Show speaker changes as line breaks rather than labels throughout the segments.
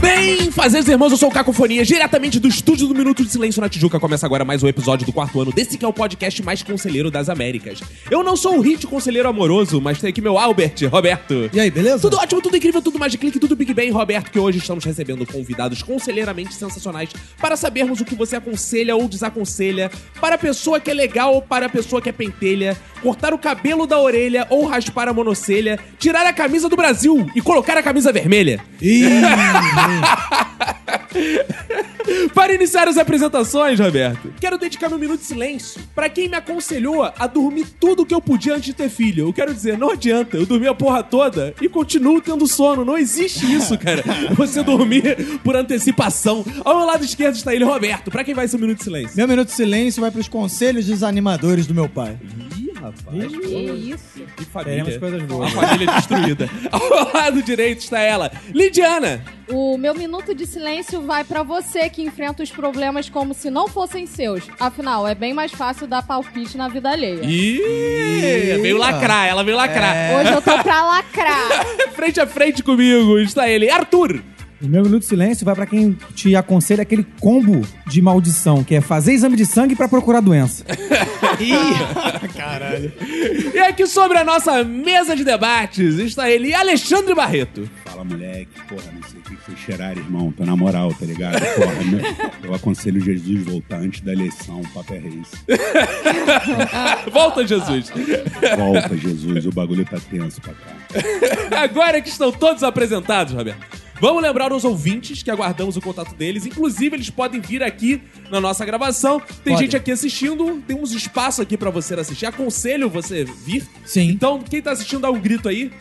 Bem, fazendo irmãos, eu sou o Cacofonia, diretamente do estúdio do Minuto de Silêncio na Tijuca. Começa agora mais um episódio do quarto ano desse que é o podcast mais conselheiro das Américas. Eu não sou o hit conselheiro amoroso, mas tem aqui meu Albert, Roberto.
E aí, beleza?
Tudo ótimo, tudo incrível, tudo mais de clique, tudo Big Bang, Roberto, que hoje estamos recebendo convidados conselheiramente sensacionais para sabermos o que você aconselha ou desaconselha para a pessoa que é legal ou para a pessoa que é pentelha, cortar o cabelo da orelha ou raspar a monocelha, tirar a camisa do Brasil e colocar a camisa vermelha. Para iniciar as apresentações, Roberto, quero dedicar meu minuto de silêncio para quem me aconselhou a dormir tudo que eu podia antes de ter filho. Eu quero dizer, não adianta, eu dormi a porra toda e continuo tendo sono. Não existe isso, cara. Você dormir por antecipação. Ao meu lado esquerdo está ele, Roberto. Para quem vai seu minuto de silêncio?
Meu minuto de silêncio vai para os conselhos desanimadores do meu pai.
Ih, rapaz.
Que isso?
Que
Teremos
família.
coisas
Uma
boas.
família é destruída. Ao meu lado direito está ela, Lidiana.
O meu minuto de silêncio vai pra você que enfrenta os problemas como se não fossem seus. Afinal, é bem mais fácil dar palpite na vida alheia.
Ih, veio lacrar, ela veio lacrar.
é.
Hoje eu tô pra lacrar.
frente a frente comigo está ele, Arthur.
O meu minuto de silêncio vai pra quem te aconselha aquele combo de maldição, que é fazer exame de sangue pra procurar doença.
E aqui sobre a nossa mesa de debates está ele, Alexandre Barreto.
Fala, moleque, porra, não sei o que foi cheirar, irmão. Tô na moral, tá ligado? Porra, meu, eu aconselho Jesus voltar antes da eleição, papo é reis.
Ah.
Volta, Jesus.
Volta, Jesus, o bagulho tá tenso pra cá.
Agora que estão todos apresentados, Roberto. Vamos lembrar os ouvintes que aguardamos o contato deles. Inclusive, eles podem vir aqui na nossa gravação. Tem
Podem.
gente aqui assistindo, tem uns espaços aqui pra você assistir. Aconselho você vir.
Sim.
Então, quem tá assistindo, dá um grito aí.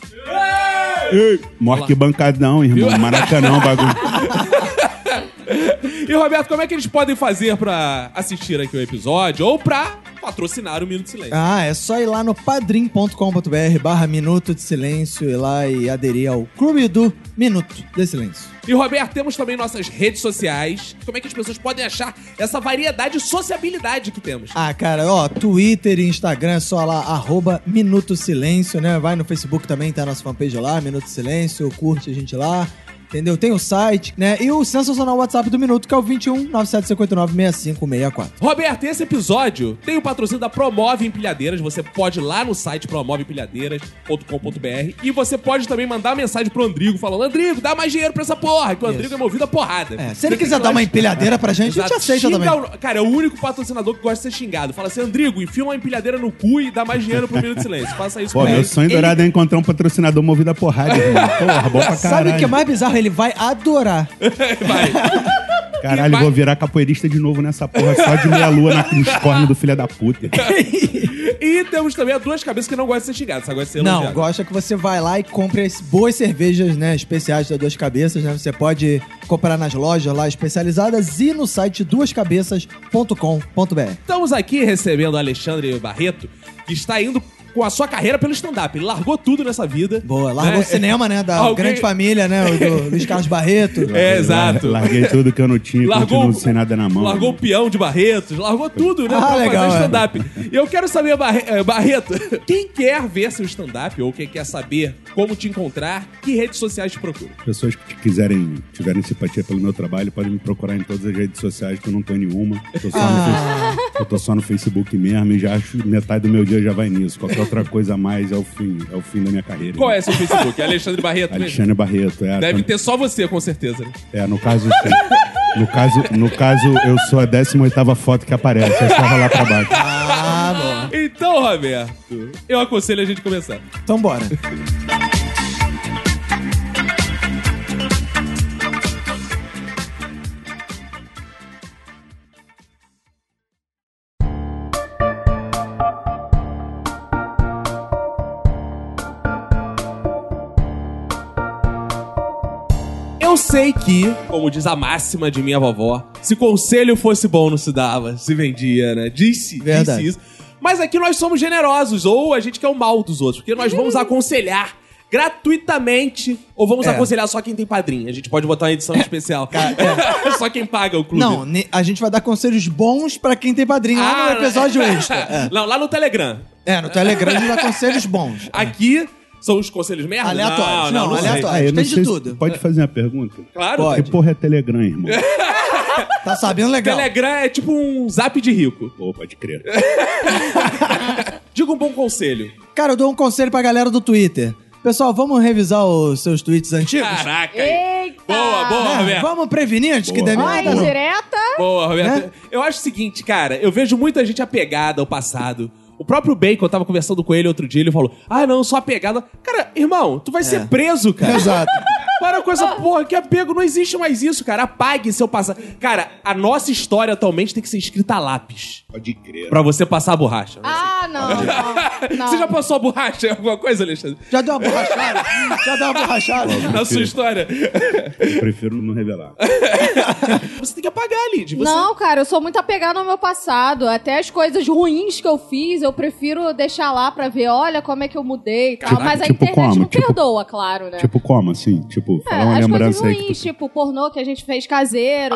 Ei, mó que bancadão, irmão. Maracanã, o bagulho.
E, Roberto, como é que eles podem fazer pra assistir aqui o episódio ou pra patrocinar o Minuto de Silêncio?
Ah, é só ir lá no padrim.com.br barra Minuto de Silêncio, ir lá e aderir ao Clube do Minuto de Silêncio.
E Roberto, temos também nossas redes sociais. Como é que as pessoas podem achar essa variedade e sociabilidade que temos?
Ah, cara, ó, Twitter e Instagram é só lá, arroba Minuto Silêncio, né? Vai no Facebook também, tá a nossa fanpage lá, Minuto Silêncio, curte a gente lá. Entendeu? Tem o site, né? E o sensacional WhatsApp do Minuto, que é o 21 959 6564.
Roberto, esse episódio tem o patrocínio da Promove Empilhadeiras. Você pode ir lá no site promoveempilhadeiras.com.br e você pode também mandar mensagem pro Andrigo falando: Andrigo, dá mais dinheiro pra essa porra, que o Andrigo é movido a porrada.
É, se ele quiser dar uma empilhadeira pra gente, a gente
Exato.
aceita
Xinga
também.
o- Cara, é o único patrocinador que gosta de ser xingado. Fala assim, Andrigo, enfia uma empilhadeira no cu e dá mais dinheiro pro Minuto de Silêncio. Faça isso
Pô,
pra
meu
ele.
sonho dourado é encontrar um patrocinador movido a porrada, irmão. Porra, bom pra caralho.
Sabe o que é mais bizarro? Ele vai adorar.
Caralho,
Vai-
vou virar capoeirista de novo nessa porra, só de meia-lua na- nos cornos do filho da puta. irmão.
E temos também a duas cabeças que não gostam de ser xingadas, só gostam de ser
Não,
elogiadas.
gosta que você vai lá e compre as boas cervejas, né? Especiais da Duas Cabeças, né? Você pode comprar nas lojas lá especializadas e no site duascabeças.com.br.
Estamos aqui recebendo o Alexandre Barreto, que está indo com a sua carreira pelo stand-up. Ele largou tudo nessa vida.
Boa,
né?
largou o cinema, né? Da
Alguém-
grande família, né? o Do Luiz Carlos Barreto.
É, exato.
Larguei tudo que eu não tinha e
Largou,
continuo sem nada na mão.
largou o peão de Barretos, largou tudo, né?
Ah, legal,
fazer
é.
stand-up. E eu quero saber, Barre- eh, Barreto, quem quer ver seu stand-up ou quem quer saber como te encontrar, que redes sociais te procuram?
Pessoas que quiserem, tiverem simpatia pelo meu trabalho, podem me procurar em todas as redes sociais, que eu não tô em nenhuma. Eu tô só,
Ah.
no, Face- eu tô só no Facebook mesmo e já acho metade do meu dia já vai nisso. Qualquer outra coisa a mais é o fim, é o fim da minha carreira.
Qual é seu Facebook? É Alexandre Barreto mesmo?
Alexandre Barreto. É,
Deve
tam-
ter só você, com certeza. né?
é, no caso... sim. No caso, no caso, eu sou a 18ª foto que aparece. É só rolar pra baixo.
Ah,
Ah,
Então, Roberto, eu aconselho a gente começar.
Então bora.
Eu sei sei que, como diz a máxima de minha vovó, se conselho fosse bom não se dava, se vendia, né? Disse,
Verdade.
disse isso. Mas aqui nós somos generosos, ou a gente quer o mal dos outros, porque nós vamos aconselhar gratuitamente, ou vamos
É.
aconselhar só quem tem padrinho. A gente pode botar uma edição especial. só quem paga o clube.
é. Não, ne- a gente vai dar conselhos bons pra quem tem padrinho lá
Ah,
no episódio extra. É.
Não, lá no Telegram.
É, no Telegram a gente dá conselhos bons.
Aqui são os conselhos merda?
Aleatórios. Não,
sei.
aleatórios.
Ah, eu não
Tem de
sei se-
tudo.
Pode fazer uma pergunta?
Claro.
Pode.
Que porra é Telegram, irmão?
Tá sabendo legal.
Telegram é tipo um zap de rico.
Pô, pode crer.
Diga um bom conselho.
Cara, eu dou um conselho pra galera do Twitter. Pessoal, vamos revisar os seus tweets antigos?
Caraca.
Eita!
Boa, boa,
Né?
Roberto.
Vamos prevenir antes que
Boa.
dê
Olha,
merda?
indireta.
Boa,
né?
Roberto. Eu acho o seguinte, cara, eu vejo muita gente apegada ao passado. O próprio Bacon, eu tava conversando com ele outro dia, ele falou: Ah, não, só apegada. Cara, irmão, tu vai ser preso, cara.
É. Exato.
Para com essa porra, que apego, não existe mais isso, cara. Apague seu passado. Cara, a nossa história atualmente tem que ser escrita a lápis.
Pode crer.
Pra você passar a borracha.
Ah, não, não. não.
Você já passou a borracha em alguma coisa, Alexandre?
Já deu uma borrachada? Já deu uma borrachada?
Na sua história.
Eu prefiro não revelar.
É.
Você tem que apagar, Lid. Você...
Não, cara, eu sou muito apegada ao meu passado. Até as coisas ruins que eu fiz, eu prefiro deixar lá pra ver, olha como é que eu mudei e tal.
Tipo-
Mas a
tipo
internet
como?
não
Tipo-
perdoa, claro, né?
Tipo, como assim? Tipo,
É,
falar uma
as
lembrança
coisas
aí que
ruins,
tu
tipo pornô que a gente fez caseiro.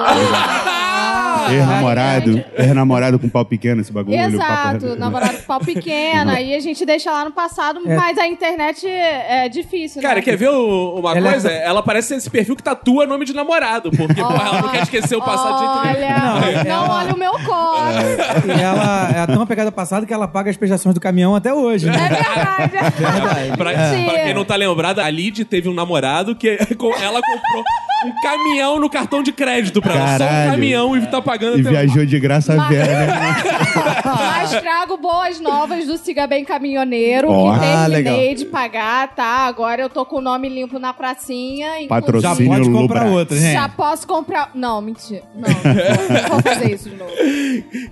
tá.
Ex-namorado, ex-namorado com um pau pequeno, esse bagulho.
Exato,
papo- é-
namorado com pau pequeno, aí a gente deixa lá no passado, mas a internet é difícil, né?
Cara, quer ver o- uma
é
Ela-
coisa? Ela parece ser esse perfil que tatua nome de namorado, porque porra, ela não quer esquecer o passado de jeito nenhum. né?
Olha,
Não,
não,
ela-
olha o meu corpo.
E ela é tão apegada ao passado que ela paga as prestações do caminhão até hoje.
É
Né?
verdade.
verdade.
Pra,
Mentira.
pra quem não tá lembrado, a Lid teve um namorado que com- ela comprou um caminhão no cartão de crédito pra ela. Só um
Caralho.
caminhão e tá pagando
E
até hoje.
viajou de graça a Vera, né?
tá-
Mas trago boas novas do Siga Bem Caminhoneiro,
Ó.
que
Ah,
terminei
legal.
de pagar, tá? Agora eu tô com o nome limpo na pracinha. inclusive-
Já
Patrocínio.
pode
Cine
comprar
Lubrax.
outra, gente.
Já posso comprar. Não, mentira. Não, não vou fazer isso de novo.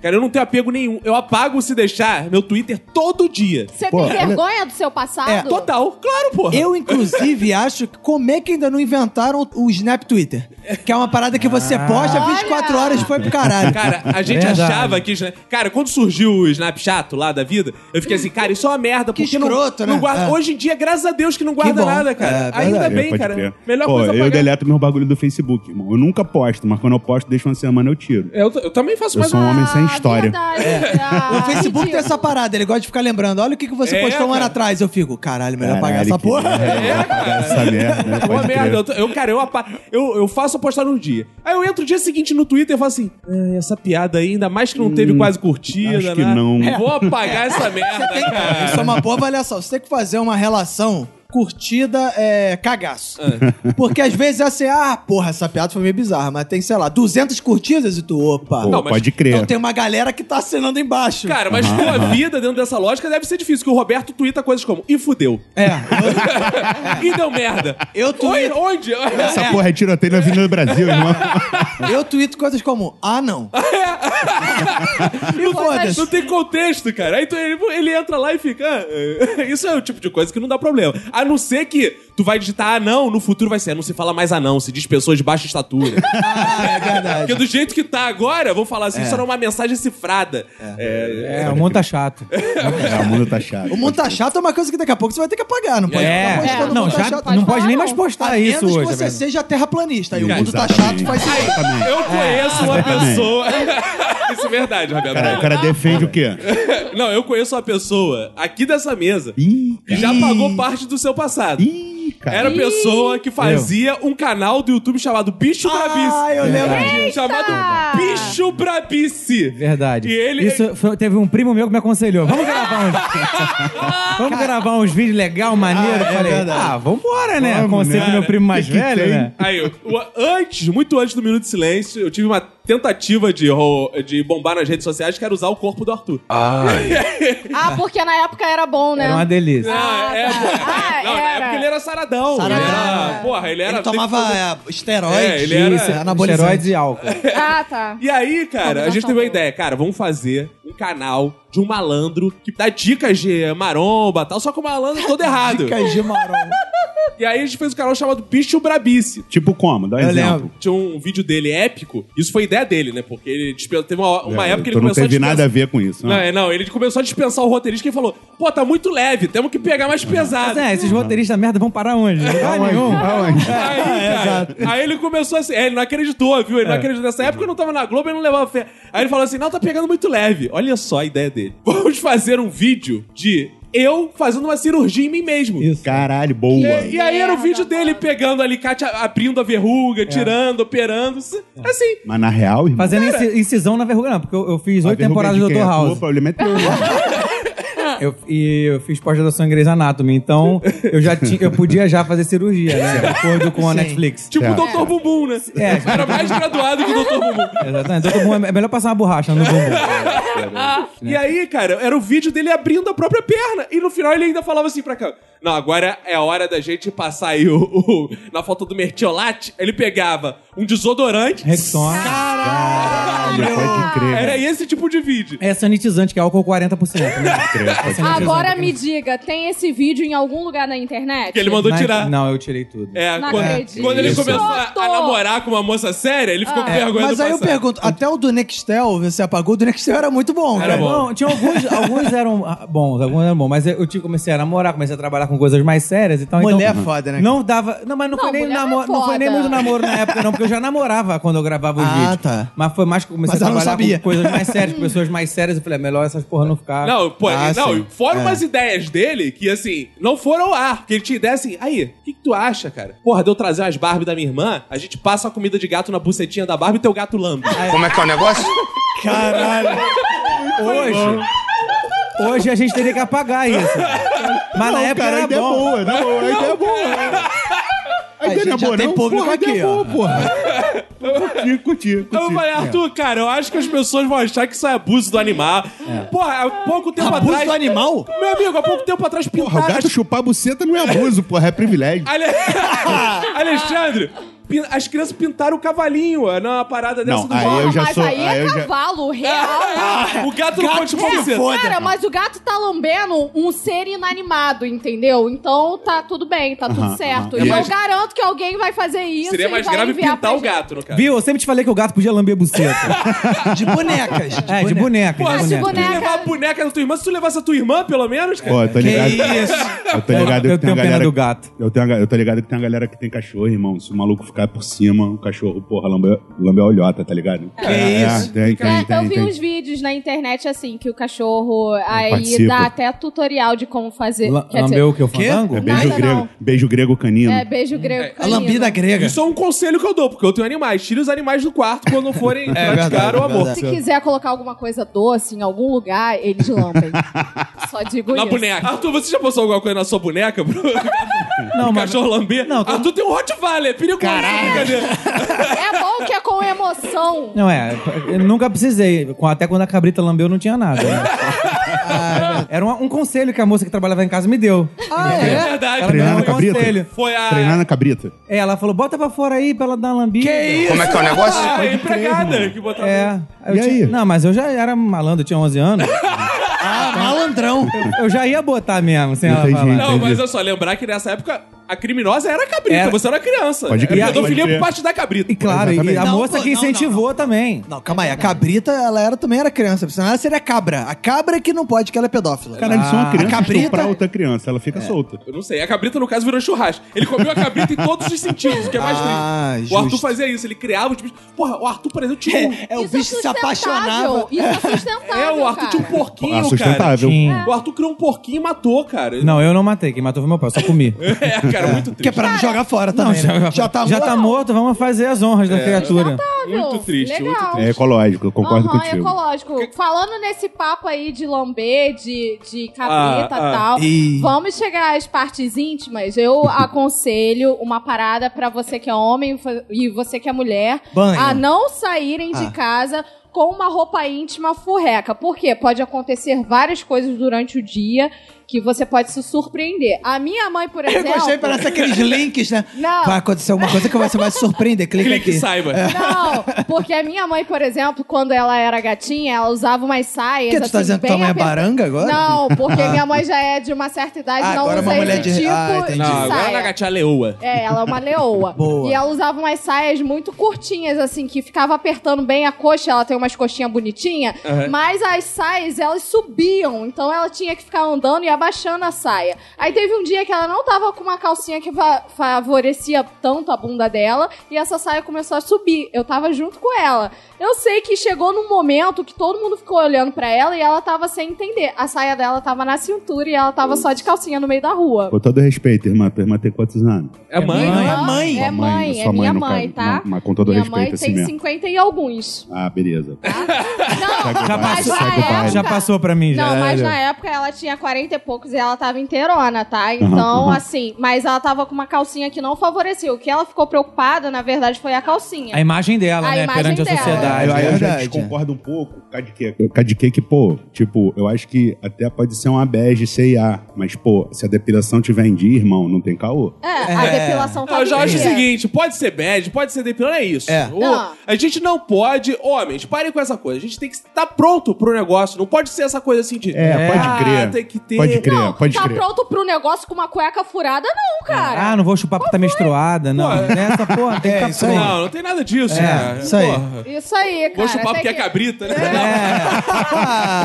Cara, eu não tenho apego nenhum. Eu apago se deixar meu Twitter todo dia.
Você
Pô,
tem
olha-
vergonha do seu passado?
É,
Total. Claro, porra.
Eu, inclusive, acho que como é que ainda não inventaram o Snap Twitter? Que é uma parada que você posta 24
Olha!
horas e foi pro caralho.
Cara, a gente
Verdade.
achava que. Snap- Cara, quando surgiu o Snapchat lá da vida, eu fiquei assim, cara, isso é uma merda.
Que
porque
escroto,
não, não
né?
guarda-
É.
Hoje em dia, graças a Deus que não guarda
bom.
nada, cara.
É,
Ainda
verdade.
bem,
pode
cara.
crer.
Melhor
Pô,
coisa é
eu
apagar.
deleto meu bagulho do Facebook, irmão. Eu nunca posto, mas quando eu posto, deixo uma semana eu tiro.
Eu, t- eu também faço
Eu
mais
sou um homem sem
Ah,
história.
verdade.
É.
Ah,
O Facebook tem
ridículo.
essa parada, ele gosta de ficar lembrando. Olha o que, que você
É,
postou um ano
cara.
atrás. Eu fico, caralho, melhor
Caralho,
apagar É, essa
que
porra.
merda, melhor apagar Essa merda, né?
É uma
Pode crer.
É, merda. Eu, tô- eu, cara, eu, apa- eu, eu faço a postagem um dia. Aí eu entro o dia seguinte no Twitter e falo assim: "Ah, essa piada aí, ainda mais que não teve quase curtida.
Hum, acho que
né?
não.
Vou apagar essa merda, cara.
Isso é uma boa avaliação. Você tem que fazer uma relação curtida é, cagaço. Porque às vezes é assim, ah, porra, essa piada foi meio bizarra, mas tem, sei lá, 200 curtidas e tu, opa.
Pô,
Não, mas-
pode crer.
Então tem uma galera que tá assinando embaixo.
Cara, mas
Ah.
tua vida dentro dessa lógica deve ser difícil, que o Roberto tuita coisas como e fudeu.
É.
e deu merda.
Eu tuito-
Oi, onde?
Essa porra é tiroteio na Avenida do Brasil, irmão.
Eu tweeto coisas como, ah, não. e
Não
foda-se.
tem contexto, cara. Aí tu- ele, ele entra lá e fica. "Ah, isso é o tipo de coisa que não dá problema. A não ser que tu vai digitar anão, no futuro vai ser. Não se fala mais anão, se diz pessoas de baixa estatura.
Ah, é
Porque
verdade.
do jeito que tá agora, vão falar assim, isso era uma mensagem cifrada.
É, o mundo tá chato.
É, o mundo tá chato.
O mundo tá chato é uma coisa que daqui a pouco você vai ter que apagar, não pode
É,
ficar postando o
não,
mundo tá
já
chato.
não
Pode
pode
falar,
nem
não.
mais postar
A
isso
menos que
hoje.
você
né?
seja terraplanista. Aí o mundo tá chato,
Exatamente.
faz
Aí,
isso.
eu conheço uma pessoa. Isso é verdade, Roberto.
Cara, o cara defende o quê?
Não, eu conheço uma pessoa aqui dessa mesa
Ih,
que já pagou parte do seu passado.
Ih, cara.
Era a pessoa que fazia um canal do YouTube chamado Bicho
Ah,
Brabice.
eu lembro.
Chamado Bicho Brabice.
Verdade.
E ele-
Isso foi- teve um primo meu que me aconselhou. Vamos gravar uns. vamos gravar uns vídeos legal, maneiro. Eu falei, ah, vambora, né?
Vamos,
Aconselho
né?
do meu primo mais
Que que
velho,
tem?
né?
Aí, eu- o- antes, muito antes do Minuto de Silêncio, eu tive uma tentativa de, ro- de bombar nas redes sociais, que era usar o corpo do Arthur.
Ah, porque na época era bom, né?
Era É uma delícia.
Ah, é,
Ah,
não, na
era.
época ele era saradão.
Saradão.
Ele era- porra, ele era.
Ele tomava é, esteroide.
É, ele era-
isso,
Esteroides
anabolizante.
e álcool.
é
Ah, tá.
E aí, cara, a gente teve uma ideia. Cara, vamos fazer um canal de um malandro que dá dicas de maromba e tal, só que o malandro todo errado.
Dicas de Maromba.
E aí a gente fez um canal chamado Bicho Brabice.
Tipo como? Dá
Eu
exemplo.
lembro.
Tinha um vídeo dele épico. Isso foi ideia dele, né? Porque ele dispen- teve uma, uma
É,
época que ele
então não
começou a
teve
dispensar-
nada a ver com isso.
Não,
né?
é, não, ele começou a dispensar o roteirista e falou: pô, tá muito leve, temos que pegar mais pesado.
Mas é, esses roteiristas merda vão parar onde?
é.
Lugar nenhum.
Aí, cara, aí ele começou assim, é, ele não acreditou, viu? Ele não acreditou. Nessa época eu não tava na Globo, ele não levava fé. Aí ele falou assim: não, tá pegando muito leve. Olha só a ideia dele. Vamos fazer um vídeo de eu fazendo uma cirurgia em mim mesmo.
Isso.
Caralho, boa.
E, e aí era o vídeo dele pegando alicate, a- abrindo a verruga, tirando, operando. se- Assim.
Mas na real, irmão.
Fazendo inci- incisão na verruga, não, porque eu, eu fiz oito
a verruga
temporadas
de
do
quem
Dr.
é tua,
House.
O problema é teu.
Eu, e eu fiz pós-graduação em Grey's Anatomy, então eu já tinha, eu podia já fazer cirurgia, né? De acordo com a
Sim.
Netflix.
Tipo o
Certo.
Dr. Bumbum, né?
É.
Era mais graduado que o Dr. Bumbum.
Exatamente. Todo mundo- é melhor passar uma borracha no bumbum.
E aí, cara, era o vídeo dele abrindo a própria perna. E no final ele ainda falava assim pra cá. Não, agora é a hora da gente passar aí o. o- na falta do mertiolate, ele pegava um desodorante.
Rexona.
Caralho, pode crer. né?
Era esse tipo de vídeo.
É sanitizante, que é álcool 40%, né?
Pode crer, pode crer.
Agora me diga, tem esse vídeo em algum lugar na internet?
Que ele mandou
Mas-
tirar.
Não, eu tirei tudo.
É,
Não
quando,
acredito. É.
quando ele
Isso.
começou a, a namorar com uma moça séria, ele ficou com vergonha
Mas
do
aí eu
passado.
pergunto, até o do Nextel, você apagou, o do Nextel era muito bom,
Era
cara.
bom.
É, Não, tinha alguns, alguns eram ah, bons, alguns eram bons, mas eu, eu tive- comecei a namorar, comecei a trabalhar com coisas mais sérias e tal.
Mulher
então,
é foda, né, cara?
Não dava. Não, mas não,
Não,
foi nem
mulher
namoro,
é
não foi nem
foda.
muito namoro na época, não, porque eu já namorava quando eu gravava os
Ah,
vídeos.
tá.
Mas foi mais que eu comecei
Mas
a
ela não
trabalhar
sabia.
com coisas mais sérias, com pessoas mais sérias. Eu falei, é melhor essas porra não ficar.
Não, pô,
Ah,
não,
sim.
fora
É.
umas ideias dele que, assim, não foram ao ar. Que ele tinha ideia assim, aí, o que, que tu acha, cara? Porra, deu trazer umas Barbie da minha irmã, a gente passa a comida de gato na bucetinha da Barbie e teu gato lambe.
Como é que é o negócio?
Caralho.
então
Hoje. Hoje a gente teria que apagar isso. Mas na época
Cara, a
era
ideia é
bom.
boa. Não, a ideia é boa. A
A
ideia não é
gente já
boa,
tem
não.
público
Porra, a ideia
aqui,
é
ó.
boa, porra. Curti, curti,
Então eu
curti. É.
falei, Arthur, cara, eu acho que as pessoas vão achar que isso é abuso do animal. Porra, há pouco tempo
Abuso
atrás.
do animal?
Meu amigo, há pouco tempo atrás
Porra, o
pintaram.
gato
as-
chupar a buceta não é abuso, porra, é privilégio.
Ale... Alexandre, pin- as crianças pintaram o cavalinho ó, numa parada dessa
Não,
do
aí
gato.
eu já
mas
sou-
aí
aí
é
eu já-
cavalo, real.
O gato não pode
É,
comer.
cara, mas o gato tá lambendo um ser inanimado, entendeu? Então tá tudo bem, tá tudo
Aham,
certo.
aham.
Eu
Mas-
garanto que alguém vai fazer isso.
Seria
e
mais
vai
grave
enviar pra
pintar o
gente.
gato, no caso.
Viu? Eu sempre te falei que o gato podia lamber a buceta.
De bonecas.
é, de boneca.
Porra,
de
se
boneca.
boneca-
Se levar a boneca da tua irmã, se tu levasse a tua irmã, pelo menos, cara.
Pô, eu tô ligado.
isso?
Eu tô ligado
Eu
que tem
tenho
uma
pena
galera.
do gato.
Eu, tenho uma ga- eu tô ligado que tem uma galera que tem cachorro, irmão. Se o maluco ficar por cima, o cachorro, porra, lambe, lambe a olhota, tá ligado? Que
isso?
Tem,
É,
tem, tem.
eu vi
tem.
uns vídeos na internet assim que o cachorro aí
participo.
dá até tutorial de como fazer.
La-
Quer
Lambeu o
dizer,
que? O
Quê?
fandango?
É beijo
Nada,
grego.
não.
Beijo grego canino.
é beijo grego. né?
A
canino.
lambida grega.
Isso é um conselho que eu dou, porque eu tenho animais. Tire os animais do quarto quando forem praticar
verdade,
o amor.
é
Se quiser colocar alguma coisa doce em algum lugar, eles lambem. Só digo
Na
isso.
boneca. Arthur, você já postou alguma coisa na sua boneca, bro?
Não,
O
mas...
cachorro lamber?
Não, tô-
Arthur tem um Rottweiler, é perigoso. né, Cadê?
É bom que é com emoção.
Não, é. Eu nunca precisei. Com- Até quando a cabrita lambeu, não tinha nada. né? Era um, um conselho que a moça que trabalhava em casa me deu.
Ah,
É
é?
verdade.
Ela me
Treinar
deu
na
um
cabrita?
conselho.
Foi a...
Treinar na cabrita.
É, ela falou, bota pra fora aí pra ela dar uma lambida. Que isso?
Como é que é o negócio?
a empregada que botava...
É. eu
E
tinha-
aí?
Não, mas eu já era malandro, eu tinha 11 anos.
Ah, malandrão.
eu já ia botar mesmo, sem ela
Entendi.
falar.
Não,
Entendi.
mas é só lembrar que nessa época a criminosa era a cabrita,
Era.
você era criança.
Pode
Era
crer,
pedofilia
pode
por
crer.
parte da cabrita.
E claro, e a
Não,
moça
pô,
que
não, não,
incentivou também.
Não, calma aí. A cabrita, ela era, também era criança. Senão ela seria cabra. A cabra é que não pode, que ela é pedófila.
Caralho,
Ah,
se uma criança
cabrita-
estuprar outra criança, ela
É.
fica solta.
Eu não sei. A cabrita, no caso, virou churrasco. Ele comeu a cabrita em todos os sentidos, o que é mais
Ah,
triste.
justo.
O Arthur fazia isso, ele criava os bichos. Porra, o Arthur, por exemplo, tinha um...
É, o
Isso
bicho se
sustentável.
apaixonava.
Isso é sustentável.
É, o Arthur
cara.
tinha um porquinho,
Ah,
cara.
sustentável.
Tinha.
O Arthur criou um porquinho e matou, cara.
Não, eu não matei. Quem matou foi meu pai, eu só comi.
É, cara, muito
Que é
triste.
pra não jogar fora
Não,
também, né? Já tá
já tá morto, vamos fazer as honras da criatura.
Sustentável.
Muito triste,
Legal.
muito
É ecológico, eu concordo
Aham, é
contigo.
ecológico. Falando nesse papo aí de lamber, de, de cabrita
Ah, ah.
e tal,
Ih.
vamos chegar às partes íntimas. Eu aconselho uma parada pra você que é homem fa- e você que é mulher
Banho.
a não saírem de
Ah.
casa com uma roupa íntima furreca. Por quê? Pode acontecer várias coisas durante o dia que você pode se surpreender. A minha mãe, por
Eu
exemplo.
gostei, parece aqueles links, né?
Não.
Vai acontecer alguma coisa que você vai se surpreender. Clica
Clique
aqui.
e é saiba.
É.
É.
Não, porque a minha mãe, por exemplo, quando ela era gatinha, ela usava umas saias.
Que, tu tá
assim,
dizendo que
bem
tua mãe é
apertadas.
baranga agora?
Não, porque minha mãe já é de uma certa idade,
Ah,
não
agora é uma
usa
mulher
esse
de-
tipo
Ah, entendi.
de
Não, agora ela é
saia.
gatinha leoa.
É, ela é uma leoa.
Boa.
E ela usava umas saias muito curtinhas, assim, que ficava apertando bem a coxa. Ela tem umas coxinhas bonitinhas. Mas as saias, elas subiam. Então ela tinha que ficar andando e abaixando a saia. Aí teve um dia que ela não tava com uma calcinha que fa- favorecia tanto a bunda dela. E essa saia começou a subir. Eu tava junto com ela. Eu sei que chegou num momento que todo mundo ficou olhando pra ela e ela tava sem entender. A saia dela tava na cintura e ela tava só de calcinha no meio da rua.
Com todo respeito, irmã. Tua irmã tem quantos anos?
É mãe. né?
mãe. É mãe.
É
Sua mãe,
mãe, é
sua mãe,
minha
no
mãe,
caso.
tá?
Não, mas com todo
minha
respeito,
mãe
assim
tem
mesmo.
50 e alguns.
Ah, beleza.
Não,
Já
mas
passou,
na
segue o baile.
época...
já passou pra mim, já.
Não, mas
já.
na época ela tinha 40 e poucos e ela tava inteirona, tá? Então,
aham.
assim, mas ela tava com uma calcinha que não favorecia. O que ela ficou preocupada, na verdade, foi a calcinha.
A imagem dela,
A
né?
imagem
perante a
dela.
Aí
sociedade.
eu, aí eu já
verdade,
desconcordo um pouco. Cadqueque. Cadqueque, pô, tipo, eu acho que até pode ser uma bege CIA, mas, pô, se a depilação tiver em dia, irmão, não tem caô.
É, a depilação tá
Eu já acho o
inteira.
seguinte, pode ser bad, pode ser depilando, é isso.
É.
O-
Não.
a gente não pode... Homens, parem com essa coisa. A gente tem que estar pronto pro negócio. Não pode ser essa coisa assim de...
É,
ah,
pode crer.
tem que ter... um-"
Pode crer,
Não,
pode
tá
crer.
pronto pro negócio com uma cueca furada, não, cara.
Ah, não vou chupar porque tá menstruada, não.
Pô, é.
Nessa porra, tem que
É,
tá
isso aí.
pronto.
Não, não tem nada disso,
É,
cara.
isso aí.
Porra.
Isso aí, cara.
Vou chupar
tem
porque é
que-
cabrita, né?
É.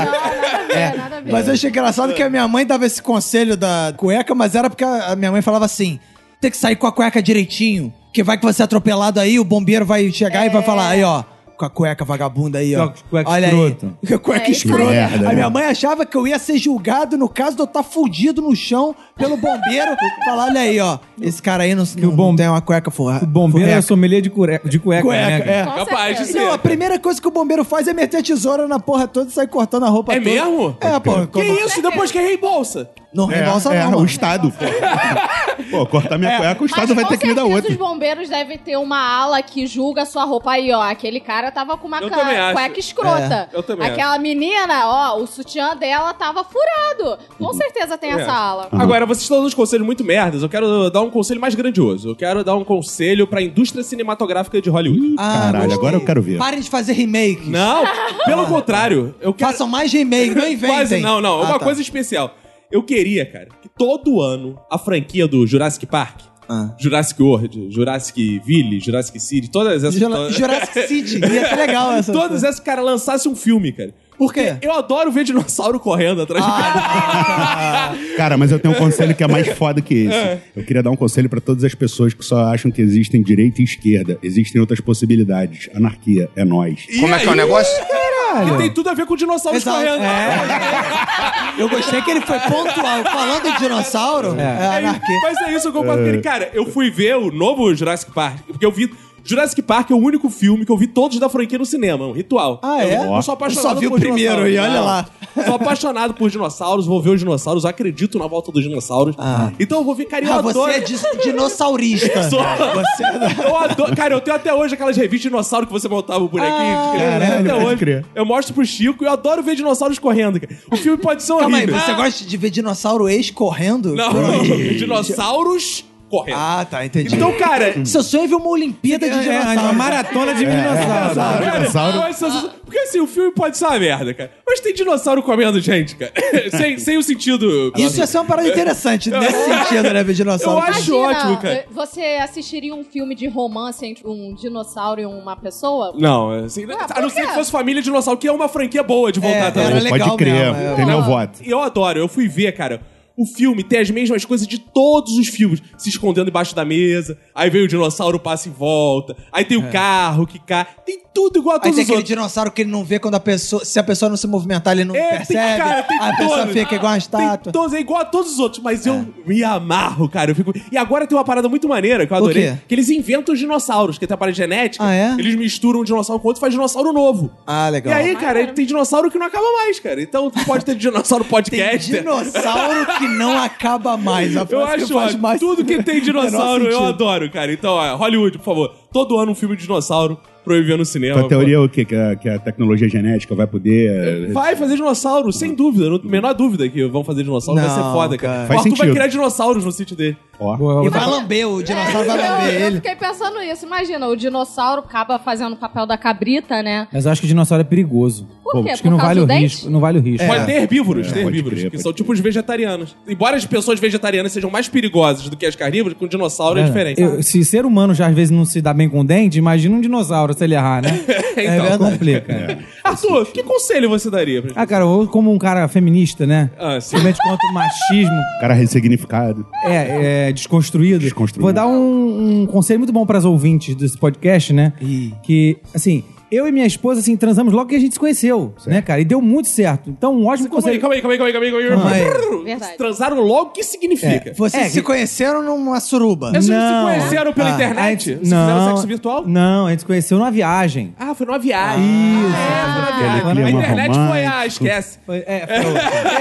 Não, nada a ver, nada a ver.
Mas eu achei engraçado que a minha mãe dava esse conselho da cueca, mas era porque a a minha mãe falava assim: tem que sair com a cueca direitinho, que vai que você é atropelado aí, o bombeiro vai chegar e vai falar, aí ó. Com a cueca vagabunda aí, ó.
Com a cueca
Olha
escrota.
aí. Com a Cueca
É, isso
escrota.
aí. Merda,
a minha
né?
mãe achava que eu ia ser julgado no caso de eu estar fudido no chão pelo bombeiro. falar, olha aí, ó. Esse cara aí não, não,
bom-
não tem uma cueca furra.
O bombeiro é
furreca."
sommelier de, cure... de cueca, né?
cueca.
cara?
É.
Com
Capaz de
certeza.
ser.
Não, a primeira coisa que o bombeiro faz é meter a tesoura na porra toda e sair cortando a roupa
É
toda.
mesmo?
É, pô.
Que
como-
isso? Depois que reembolsa.
Não
É,
reembolsa
é,
não,
o
mano.
Estado, pô. pô, cortar minha cueca, o
Mas
Estado vai
com
ter que me dar
certeza
outra.
Os bombeiros devem ter uma ala que julga a sua roupa aí, ó. Aquele cara tava com uma
Eu
ca-
também acho.
cueca escrota.
É, eu também
Aquela menina, ó, o sutiã dela tava furado.
Uhum.
Com certeza tem essa ala.
Ah.
Agora, vocês estão dando uns conselhos muito merdas. Eu quero dar um conselho mais grandioso. Eu quero dar um conselho pra indústria cinematográfica de Hollywood.
Ah,
Caralho,
gostei.
agora eu quero ver.
Parem de fazer remake.
Não, pelo contrário. Eu quero...
Façam mais remake, não inventem.
Quase, não, não.
Ah,
uma
tá.
coisa especial. Eu queria, cara, que todo ano a franquia do Jurassic Park,
Ah.
Jurassic World, Jurassic Ville, Jurassic City, todas essas...
Jura-
to-
Jurassic City. Ia ser legal essa.
Todas essas, cara, lançasse um filme, cara.
Por quê?
Eu adoro ver dinossauro correndo atrás
Ah,
de mim.
é.
Cara, mas eu tenho um conselho que é mais foda que esse. Eu queria dar um conselho pra todas as pessoas que só acham que existem direita e esquerda. Existem outras possibilidades. Anarquia é nós.
Como é que é o
aí?
negócio?
E tem tudo a ver com dinossauros
Exato. É.
correndo. É
Eu gostei que ele foi pontual. Falando de dinossauro, é,
É,
anarquia.
Mas é isso, eu concordo com ele. Cara, eu fui ver o novo Jurassic Park, porque eu vi. Jurassic Park é o único filme que eu vi todos da franquia no cinema, um ritual.
Ah, é?
Eu, eu sou apaixonado
Eu só vi o
por
primeiro
dinossauros,
e olha
não.
lá.
Sou apaixonado por dinossauros, vou ver os dinossauros, acredito na volta dos dinossauros.
Ah.
Então eu vou ver, cara, eu
Ah,
adoro.
você é dis- dinossaurista.
Sou-
Você é da-
Eu adoro. Cara, eu tenho até hoje aquelas revistas de dinossauro que você montava o bonequinho.
Ah,
de criança.
caralho,
até
pode
hoje.
crer.
Eu mostro pro Chico e eu adoro ver dinossauros correndo, cara. O filme pode ser
Calma aí,
horrível.
você gosta de ver dinossauro ex correndo?
Não, dinossauros correndo.
Ah, tá, entendi.
Então, cara,
Seu sonho é ver uma Olimpíada de
É,
dinossauro.
uma maratona de dinossauros.
é,
Cara, eu acho sensacional. Porque assim, o filme pode ser uma merda, cara. Mas tem dinossauro comendo gente, cara. sem, sem o sentido.
Isso ia ser uma parada interessante, nesse sentido, né, ver dinossauro.
Eu acho ótimo, cara.
Você assistiria um filme de romance entre um dinossauro e uma pessoa?
Não, assim, a não
por
ser
quê?
que fosse Família Dinossauro, que é uma franquia boa de voltar
Ah, É,
também.
era legal
Pode crer,
mesmo, é.
tem meu voto.
Eu adoro, eu fui ver, cara. O filme tem as mesmas coisas de todos os filmes. Se escondendo embaixo da mesa, aí vem o dinossauro, passa e volta. Aí tem
É.
o carro que cai. Tem tudo igual a
Aí
todos
tem
os
aquele
outros.
dinossauro que ele não vê quando a pessoa. Se a pessoa não se movimentar, ele não
É, tem,
percebe.
cara, tem
a pessoa
todos.
fica igual uma estátua.
Tem todos, é igual a todos os outros, mas eu me amarro, cara. Eu fico... E agora tem uma parada muito maneira que eu
É. O
adorei.
quê?
Que eles inventam os dinossauros, que tem a parada genética.
Ah, é?
Eles misturam um dinossauro com outro e faz dinossauro novo.
Ah, legal.
E aí, cara, tem dinossauro que não acaba mais, cara. Então tu pode ter dinossauro
Tem
podcast.
dinossauro que não acaba mais. A
Eu
frase que
acho,
faz
ó,
mais-
tudo que tem
menor
dinossauro eu
sentido.
adoro, cara. Então, ó, Hollywood, por favor, todo ano um filme de dinossauro. proibir no cinema.
Tua teoria é o quê? Que a, que a tecnologia genética vai poder. é,
pô. Vai fazer dinossauro, sem dúvida. Não, menor dúvida que vão fazer dinossauro. vai ser
Não,
foda, cara.
cara.
O
Faz
Arthur vai
sentido.
criar dinossauros no sítio dele.
Ó.
E vai lamber, o dinossauro vai lamber
Eu, eu
ele.
fiquei pensando nisso. Imagina, o dinossauro acaba fazendo o papel da cabrita, né?
Mas eu acho que o dinossauro é perigoso.
Por quê?
Acho
Por
que não
causa
vale
do
o
dente?
risco. Não vale o risco.
Pode ter herbívoros,
É,
tem
pode
herbívoros,
crer,
que
pode
são tipo os vegetarianos. Embora as pessoas vegetarianas sejam mais perigosas do que as carnívoras, com dinossauro é, diferente.
Eu- se ser humano já às vezes não se dá bem com o dente, imagina um dinossauro se ele errar, né? é
Então.
verdade. complica.
Arthur, que conselho você daria pra gente?
Ah, cara, ou como um cara feminista, né?
Ah, sim.
Simplesmente contra o machismo,
Cara ressignificado.
é, é, desconstruído.
Desconstruído.
Vou dar um, um conselho muito bom para as ouvintes desse podcast, né? Que, assim, eu e minha esposa, assim, transamos logo que a gente se conheceu, né, cara? E deu muito certo. Então, um ótimo
Calma aí,
conselho.
calma aí, calma aí, calma aí, calma aí.
Calma aí.
Brrr,
Verdade.
Transaram logo, o que significa?
Vocês
É,
se conheceram numa suruba.
Vocês se
Não.
conheceram pela
Ah,
A
internet?
gente-
Vocês fizeram sexo virtual?
Não, a gente se conheceu numa viagem.
Ah, foi numa viagem. Ah, é, foi numa
Aquele
viagem.
clima
a internet foi a...
romântico.
Esquece.
Foi- é, foi-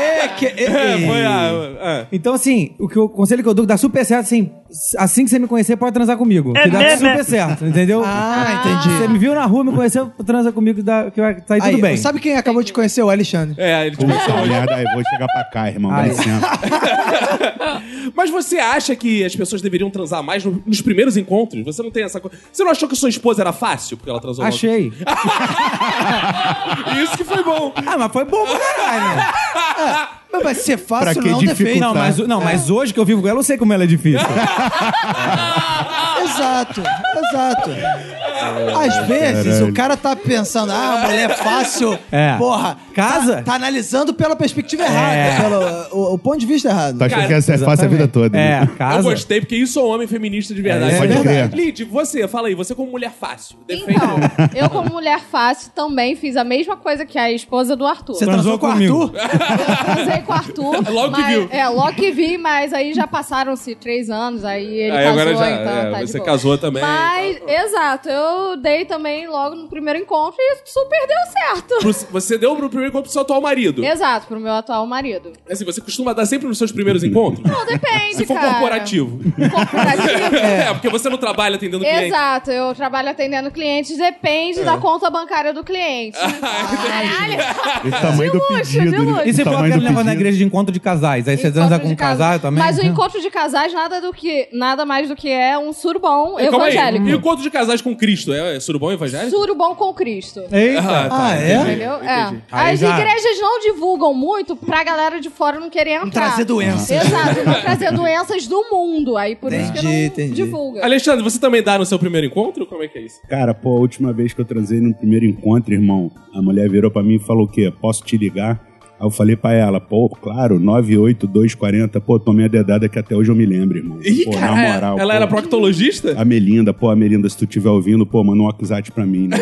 É, que- é,
É,
é.
foi ah, a...
então, assim, o, que eu- o conselho que eu dou que dá super certo, assim, assim que você me conhecer, pode transar comigo.
É
que dá super certo, entendeu?
Ah,
Você
entendi.
me viu na rua, me conheceu, transa comigo, que, dá, que vai sair
Aí,
tudo bem.
Sabe quem acabou de conhecer? O Alexandre.
É, é ele te
Puta merda, aí vou chegar pra cá, irmão. Dá
Ai.
licença.
Mas você acha que as pessoas deveriam transar mais no- nos primeiros encontros? Você não tem essa coisa. Você não achou que sua esposa era fácil porque ela transou logo?
Achei.
Isso que foi bom.
Ah, mas foi bom pra caralho. né?
Mas vai ser fácil
Pra que
não é um
dificultar?
defeito.
Não, mas, não, mas hoje que eu vivo com ela, eu sei como ela é difícil.
Exato, exato. Às vezes
caralho.
o cara tá pensando, ah, mulher é fácil.
É.
Porra.
Casa?
Tá, tá analisando pela perspectiva errada,
É. Tá
pelo o, o ponto de vista errado.
Tu achou
Cara,
que essa é fácil a vida toda.
É,
né?
casa.
Eu gostei, porque isso é um homem feminista de verdade.
É, Pode verdade. crer.
Lid, você, fala aí, você como mulher fácil. Defende. Ah,
Então, eu como mulher fácil também fiz a mesma coisa que a esposa do Arthur.
Você
Transou
transou com o
comigo.
Arthur?
Eu casei com o Arthur.
Logo que
mas-
viu.
É, logo que vi, mas aí já passaram-se três anos, aí ele
Aí
casou,
agora já-
então
é,
tá de
você
boa.
casou também,
Mas, exato, eu dei também logo no primeiro encontro e super deu certo.
Pro- Você deu pro primeiro encontro pro seu atual marido.
Exato, pro meu atual marido.
Assim, você costuma dar sempre nos seus primeiros encontros?
Não, depende,
Se for
cara.
corporativo.
Corporativo.
É. porque você não trabalha atendendo cliente. É.
Exato, eu trabalho atendendo clientes, depende da conta bancária do cliente.
Ah,
Caralho!
O tamanho do
luxo, de
pedido.
luxo.
né?
E você
O
falou
tamanho
aquele
do
negócio na
pedido.
igreja de encontro de casais. Aí você
Encontro
transa
de
com um
casais.
casal também?
Mas o encontro de casais nada do que nada mais do que é um surubom
E calma aí,
evangélico.
E o encontro de casais com Cristo? É, é surubom evangélico?
Surubom com Cristo.
Eita.
tá,
Ah, é?
entendi,
Entendeu?
entendi.
É.
Aí
As
já-
igrejas não divulgam muito pra galera de fora não querer entrar.
trazer doenças.
Exato, não trazer doenças do mundo. Aí por isso que não
Entendi, entendi.
divulga.
Alexandre, você também dá no seu primeiro encontro? Como é que é isso?
Cara, pô, a última vez que eu transei no primeiro encontro, irmão, a mulher virou pra mim e falou o quê? Posso te ligar? Aí eu falei pra ela, pô, claro, 98240, pô, tomei a dedada que até hoje eu me lembro, irmão.
Ih,
pô,
cara, é.
na moral.
ela
pô.
era proctologista?
A Melinda, pô, a Melinda, se tu estiver ouvindo, pô, manda um WhatsApp pra mim, né?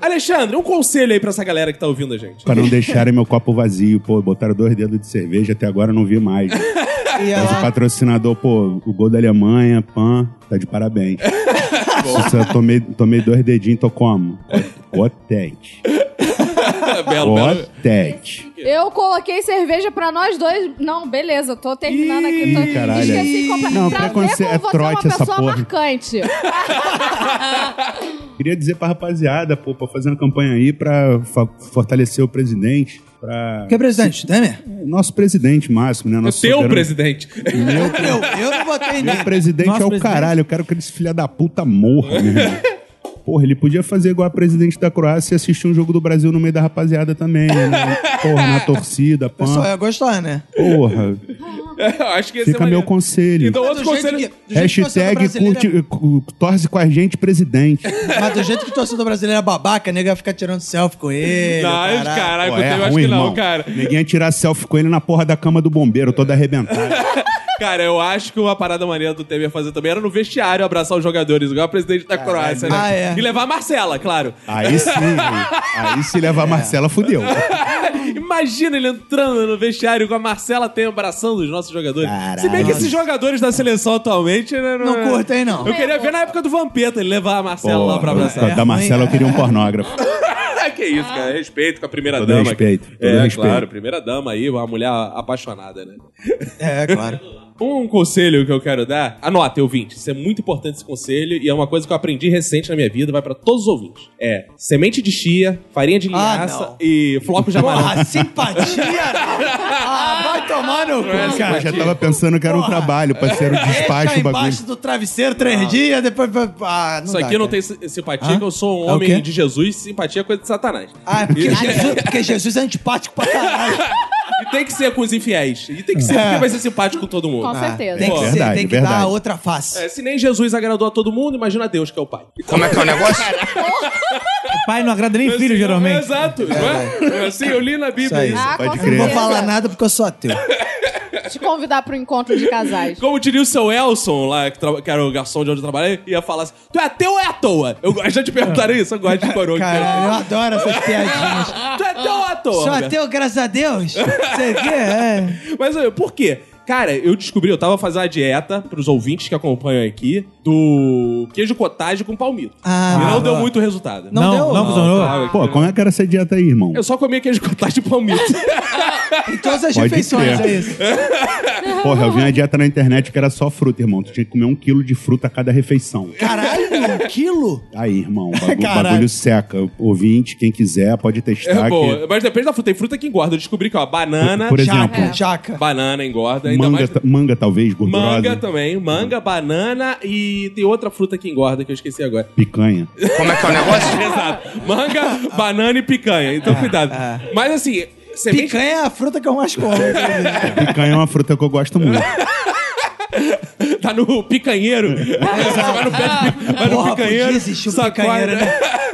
Alexandre, um conselho aí pra essa galera que tá ouvindo a gente.
pra não deixarem meu copo vazio, pô, botaram dois dedos de cerveja, até agora eu não vi mais.
E
Mas o
ela,
patrocinador, pô, o gol da Alemanha, pan, tá de parabéns. Se eu tomei, tomei dois dedinhos, tô como? Cotete.
belo, É belo.
Cotete.
Eu coloquei cerveja pra nós dois. Não, beleza, tô terminando aqui. Tô...
Ih, caralho.
Esqueci completamente.
Não,
pra ver como você
preconce-
é
é trote
uma
essa
pessoa
porra.
marcante.
Queria dizer pra rapaziada, pô, pra fazer uma campanha aí pra fa- fortalecer o presidente, pra...
que é presidente? Temer?
Nosso presidente máximo, né?
O
Nosso
teu
soberano-
presidente.
Eu, eu, eu não botei
Meu
nele.
presidente
Nosso
é o
presidente.
caralho, eu quero que esse filha da puta morra, meu irmão. Porra, ele podia fazer igual a presidente da Croácia e assistir um jogo do Brasil no meio da rapaziada também, né? Porra, na torcida,
O pessoal
pã.
é-
ia gostar, né?
Porra,
Acho que esse
fica
é
meu
maneiro.
conselho.
Então, outro
Do jeito
conselho.
que- do jeito que o torcedor
Hashtag
brasileiro
curte,
é
cu- torce com a gente, presidente.
é- Mas do jeito que o torcedor brasileiro é babaca, nego ia ficar tirando selfie com ele.
Não,
caralho.
caralho,
Pô, é
eu acho
ruim,
que não,
irmão.
cara.
Ninguém ia tirar selfie com ele na porra da cama do bombeiro, todo arrebentado.
Cara, eu acho que uma parada maneira do Temer fazer também era no vestiário abraçar os jogadores, igual a presidente da Croácia, né?
Ah, é.
E levar a Marcela, claro.
Aí sim, aí se levar a Marcela, fudeu.
Imagina ele entrando no vestiário com a Marcela tem abraçando os nossos jogadores.
Caralho.
Se bem que esses jogadores da seleção atualmente. né,
Não curtem, não.
Eu queria ver na época do Vampeta ele levar a Marcela lá pra
Porra,
abraçar. É
Da Marcela eu queria um pornógrafo.
que isso,
Ah.
cara. Respeito com a primeira
Todo
dama.
respeito, todo
é,
respeito.
claro, primeira dama aí, uma mulher apaixonada, né?
É, claro.
Um conselho que eu quero dar, anota, ouvinte, isso é muito importante esse conselho e é uma coisa que eu aprendi recente na minha vida, vai pra todos os ouvintes. É semente de chia, farinha de
Ah,
linhaça
não.
e flocos de amarelo.
Porra, simpatia! não. Ah, vai tomar no
é
cu,
assim.
Cara, já
cara.
tava pensando que era um
Porra.
trabalho, parceiro, despacho,
tá
Deixa
o bagulho.
embaixo do travesseiro três dias, depois... Ah, não
Isso
dá,
aqui eu não
cara.
tem si- simpatia, que eu sou um
É o
homem
quê?
de Jesus, simpatia é coisa de Satanás.
Ah, é porque Jesus, porque Jesus é antipático pra caralho.
E tem que ser com os infiéis. E tem que ser
É. Ah,
porque vai ser simpático com todo mundo.
Com certeza.
Tem que
Pô,
ser,
verdade,
tem que
verdade.
dar a outra face.
É, se nem Jesus agradou a todo mundo, imagina Deus que é o Pai.
Pai não agrada nem filho, geralmente.
Exato. não É, É assim, eu li na Bíblia
Isso
isso.
aí.
Ah,
Pode
com
crer.
Não vou
certeza.
falar nada porque eu sou ateu.
Te convidar pro encontro de casais.
Como diria o seu Elson, lá, que, tra- que era o garçom de onde eu trabalhei, ia falar assim: Tu é ateu ou é à toa? Eu gosto- já te perguntaram isso, eu gosto de coroa.
Cara, eu adoro essas piadinhas.
tu é ateu ou é à toa?
Sou
Roberto?
ateu, graças a Deus. Sei que é.
Mas olha, por quê? Cara, eu descobri, eu tava fazendo a dieta pros ouvintes que acompanham aqui do queijo cottage com palmito.
Ah,
e não
boa. Ah,
deu muito resultado.
Não,
deu?
não, funcionou?
Não, tá.
Pô, como é que era essa dieta aí, irmão?
Eu só comia queijo cottage e palmito.
Em todas as
Pode
refeições,
crer.
é isso.
Porra, eu vi uma dieta na internet que era só fruta, irmão. Tu tinha que comer um quilo de fruta a cada refeição.
Caralho, um quilo?
Aí, irmão, o bagulho,
Caralho.
bagulho seca. Ouvinte, quem quiser, pode
é
testar.
boa.
que-
Mas depende da fruta. Tem fruta que engorda. Eu descobri que, ó, banana,
Por, por exemplo,
Chaca, chaca.
banana engorda. é Ainda
manga,
mais...
ta- manga talvez, gordurosa.
Manga também, manga, banana e tem outra fruta que engorda que eu esqueci agora.
Picanha.
Exato. Manga, banana e picanha. Então
É,
cuidado. Mas assim, semente
Picanha é a fruta que eu mais como.
Picanha é uma fruta que eu gosto muito.
tá no picanheiro. Você vai no, pé de pi- vai no
Porra, podia
picanheiro.
existir o
sacode.
picanheiro, né?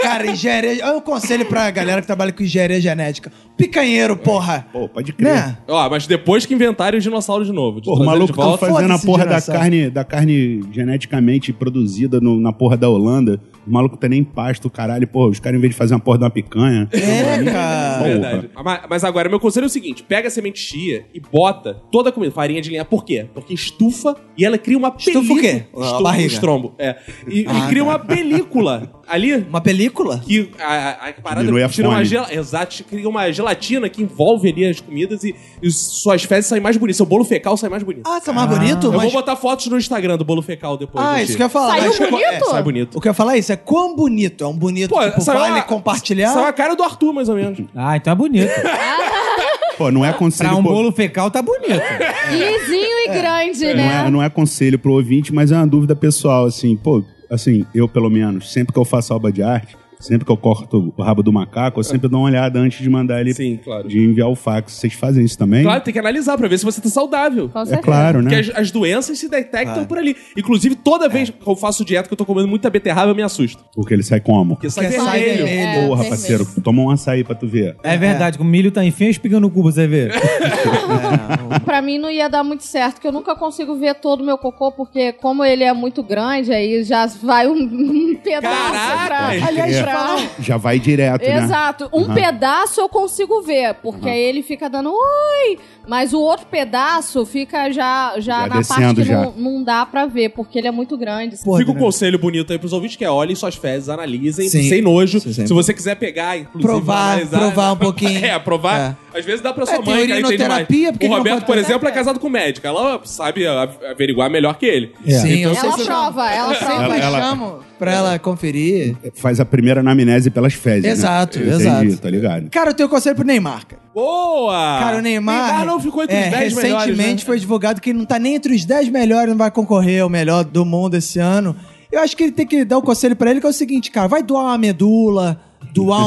Cara, engenharia... É um conselho pra galera que trabalha com engenharia genética. Picanheiro, porra.
Pô, pode crer.
Né?
Ó, mas depois que inventarem o dinossauro de novo. de
Pô, o
trazer
maluco
de volta.
tá fazendo a
Foda-se,
porra da
desgraçado.
carne, da carne geneticamente produzida no- na porra da Holanda. O maluco tá nem pasto, caralho. Pô, os caras, em vez de fazer uma porra de uma picanha.
É, cara.
Verdade. Mas, mas agora, meu conselho é o seguinte: pega a semente chia e bota toda a comida, farinha de linha. Por quê? Porque estufa e ela cria uma
Estufa o
película.
quê? A
Estufa
barriga.
Estrombo. É. E, e
Ah,
cria uma película ali.
Uma película?
Que a, a- a parada
Diminui a
tira uma
fome.
gela, Exato, cria uma gelatina que envolve ali as comidas e, e suas fezes saem mais bonitas. Seu bolo fecal sai mais bonito.
Ah, tá mais bonito,
Eu
mas...
vou botar fotos no Instagram do bolo fecal depois.
Ah,
gente.
isso que eu ia falar.
Saiu
Mas-
bonito?
Sai bonito.
O que eu ia falar é isso, é quão bonito. É um bonito,
Pô,
tipo,
saiu
vale
a-
compartilhar.
Saiu a cara do Arthur, mais ou menos.
Ah, então é bonito.
Pô, não é conselho.
Pra um
pro-
bolo fecal tá bonito.
Lisinho e grande,
não, é,
né?
não é conselho pro ouvinte, mas é uma dúvida pessoal, assim. Pô, assim, eu pelo menos, sempre que eu faço alba de arte, sempre que eu corto o rabo do macaco, eu sempre dou uma olhada antes de mandar ele.
Sim, claro.
De enviar o fax. Vocês fazem isso também?
Claro, tem que analisar pra ver se você tá saudável.
Com
É
certeza.
claro, né?
Porque as, as doenças se detectam por ali. Inclusive, toda
É.
vez que eu faço dieta, que eu tô comendo muita beterraba, eu me assusto.
Porque ele sai como?
Porque sai
Porque sai
vermelho.
vermelho.
É,
Porra,
vermelho.
parceiro, toma um açaí pra tu ver.
É verdade, com milho tá enfim, espigando no cubo, você vê.
Pra mim não ia dar muito certo, porque eu nunca consigo ver todo o meu cocô, porque como ele é muito grande, aí já vai um, um pedaço
Caraca!
pra...
Aliás,
pra-
falam-
Já vai direto, né?
Exato. Um
É. Aham.
pedaço eu consigo ver, porque aí ele fica dando oi, mas o outro pedaço fica já, já,
Já
na parte
descendo,
que
já.
não, não dá pra ver, porque ele é muito grande.
Porra,
Fica um
né?
conselho bonito aí pros ouvintes, que é olhem suas fezes, analisem,
Sim.
sem nojo.
Sim, sim.
Se você quiser pegar, inclusive,
Provar,
analisar.
provar um pouquinho.
É, provar. Às vezes dá pra sua
É,
mãe, que
tem
aí entende mais.
urinoterapia, porque
O
não
Roberto,
pode
por
fazer
exemplo, é
nada.
casado com médica. Ela sabe a- averiguar melhor que ele.
Sim, eu
Ela
sempre-
prova, ela prova.
sempre
ela-
chamo pra ela conferir.
Faz a primeira anamnese pelas fezes.
Exato,
né? Eu Entendi,
exato.
tá ligado?
Cara, eu tenho um conselho pro Neymar. cara.
Ah.
Boa!
Cara, o Neymar.
Neymar não ficou entre
é,
os 10
Recentemente
melhores, né?
foi divulgado que ele não tá nem entre os 10 melhores, não vai concorrer ao melhor do mundo esse ano. Eu acho que ele tem que dar um conselho pra ele, que é o seguinte, cara, vai doar uma medula, doar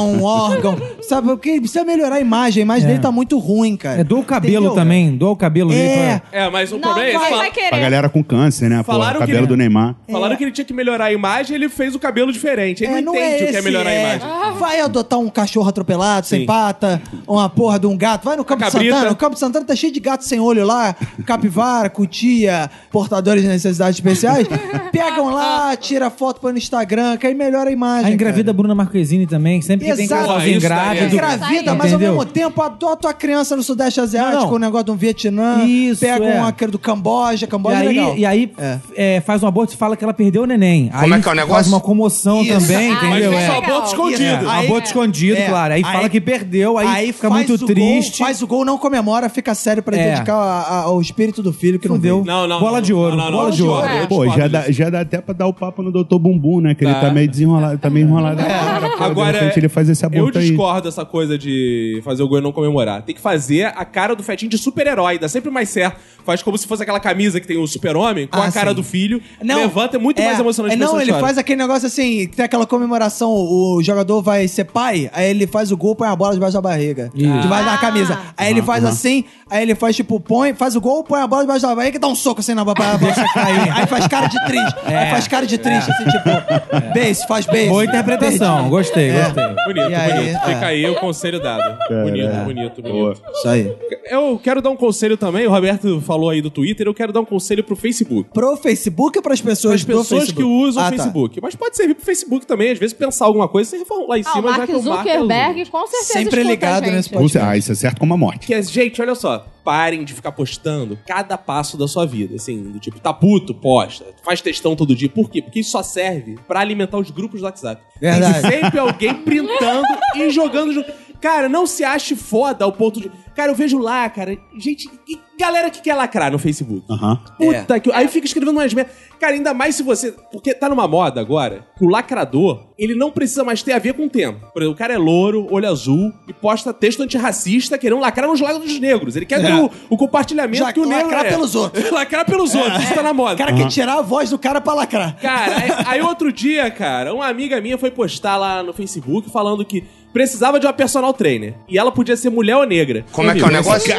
um órgão, sabe? Porque ele precisa melhorar a imagem, a imagem dele tá muito ruim, cara.
É, doa o cabelo
Entendeu?
também, doa o cabelo
É.
dele. pra-
É, mas o
Não,
problema é
vai,
esse.
vai
Pra
querer.
galera com câncer, né? Pô,
Falaram que-
cabelo do Neymar.
Falaram que ele tinha que melhorar a imagem ele fez o cabelo diferente. Ele
É,
não entende o que é
esse,
melhorar a imagem.
Vai adotar um cachorro atropelado, sem
Sim.
pata, uma porra de um gato. Vai no Campo de
cabrita.
Santana. O Campo de Santana tá cheio de gato sem olho lá. Capivara, cutia, portadores de necessidades especiais. Pegam lá, tira foto para no Instagram, que aí melhora a imagem.
Aí engravida a
cara.
Bruna Marquezine também, também, sempre que tem
Exato.
criança
Ó,
sozinha
isso daí é-
grávida.
Engravida, mas ao
Entendeu?
mesmo tempo adota a criança no Sudeste Asiático,
Não, não.
o negócio de um Vietnã,
Isso,
pega
é.
uma do Camboja,
E
Camboja é legal.
aí, e aí é, faz um aborto e fala que ela perdeu o neném.
Como é
Aí
que é o
Faz
negócio?
uma comoção
Isso.
também,
Ah,
Mas
entendeu?
tem
isso
É.
só
legal.
aborto escondido.
É, aborto escondido,
é.
claro. Aí,
Aí-
fala que perdeu, aí, fica
faz
muito
o gol,
triste.
faz o gol, não comemora, fica sério pra
É.
dedicar a- a- ao espírito do filho que não deu.
Não, não.
Bola
não,
de ouro,
não, não, não,
bola
não,
de
não,
ouro.
não, não, não,
Pô,
não,
já
não,
dá, já dá até pra dar o papo no Doutor Bumbum, né? Que ele
Tá.
tá meio desenrolado, tá meio enrolado. Pô,
Agora,
de repente ele faz esse
eu
aborto aí.
discordo dessa coisa de fazer o goi não comemorar. Tem que fazer a cara do fetinho de super-herói, dá sempre mais certo. Faz como se fosse aquela camisa que tem o super-homem, com
Ah,
a cara
sim.
do filho. Levanta, é muito
é,
mais emocionante.
é,
as
Não,
pessoas
ele
choram.
faz aquele negócio assim, que tem aquela comemoração, o jogador vai ser pai, aí ele faz o gol, põe a bola debaixo da barriga, debaixo da camisa. Aí ele faz assim, aí ele faz tipo, põe, faz o gol, põe a bola debaixo da barriga e dá um soco assim na ba- ba- bola cair. Aí faz cara de triste, aí faz cara de triste, assim, tipo, beijo, faz beijo.
Boa interpretação, gostei,
É.
gostei.
Bonito,
E aí,
bonito.
é.
Fica aí o conselho dado. Bonito, bonito, bonito.
Isso aí.
Eu quero dar um conselho também, o Roberto falou aí do Twitter, eu quero dar um conselho pro Facebook.
Pro Facebook ou pras pessoas?
As pessoas que usam o
Ah, tá.
Facebook. Mas pode servir pro Facebook também, às vezes pensar alguma coisa, você reformula lá em
Ah, o
cima. já
Mark
que o Mark é o
Zuckerberg com certeza
Sempre
escuta a
ligado
gente.
nesse
Ou seja, Ah, isso é certo como a morte.
Que é, gente, olha só, parem de ficar postando cada passo da sua vida, assim, do tipo, tá puto, posta, faz textão todo dia. Por quê? Porque isso só serve pra alimentar os grupos do WhatsApp.
Verdade.
Tem sempre alguém printando e jogando junto. Cara, não se ache foda ao ponto de. Cara, eu vejo lá, cara, gente, e galera que quer lacrar no Facebook.
Aham.
Puta
É.
que. Aí fica escrevendo umas merda. Cara, ainda mais se você. Porque tá numa moda agora que o lacrador, ele não precisa mais ter a ver com o tempo. Por exemplo, o cara é louro, olho azul e posta texto antirracista querendo lacrar nos lados dos negros. Ele quer ter o, o compartilhamento
É. Já
que o negro.
lacrar
é.
pelos outros.
lacrar pelos outros. Isso tá na moda.
O cara
Uhum.
quer tirar a voz do cara pra lacrar.
Cara, aí, aí outro dia, cara, uma amiga minha foi postar lá no Facebook falando que precisava de uma personal trainer. E ela podia ser mulher ou negra.
Como é que é o negócio?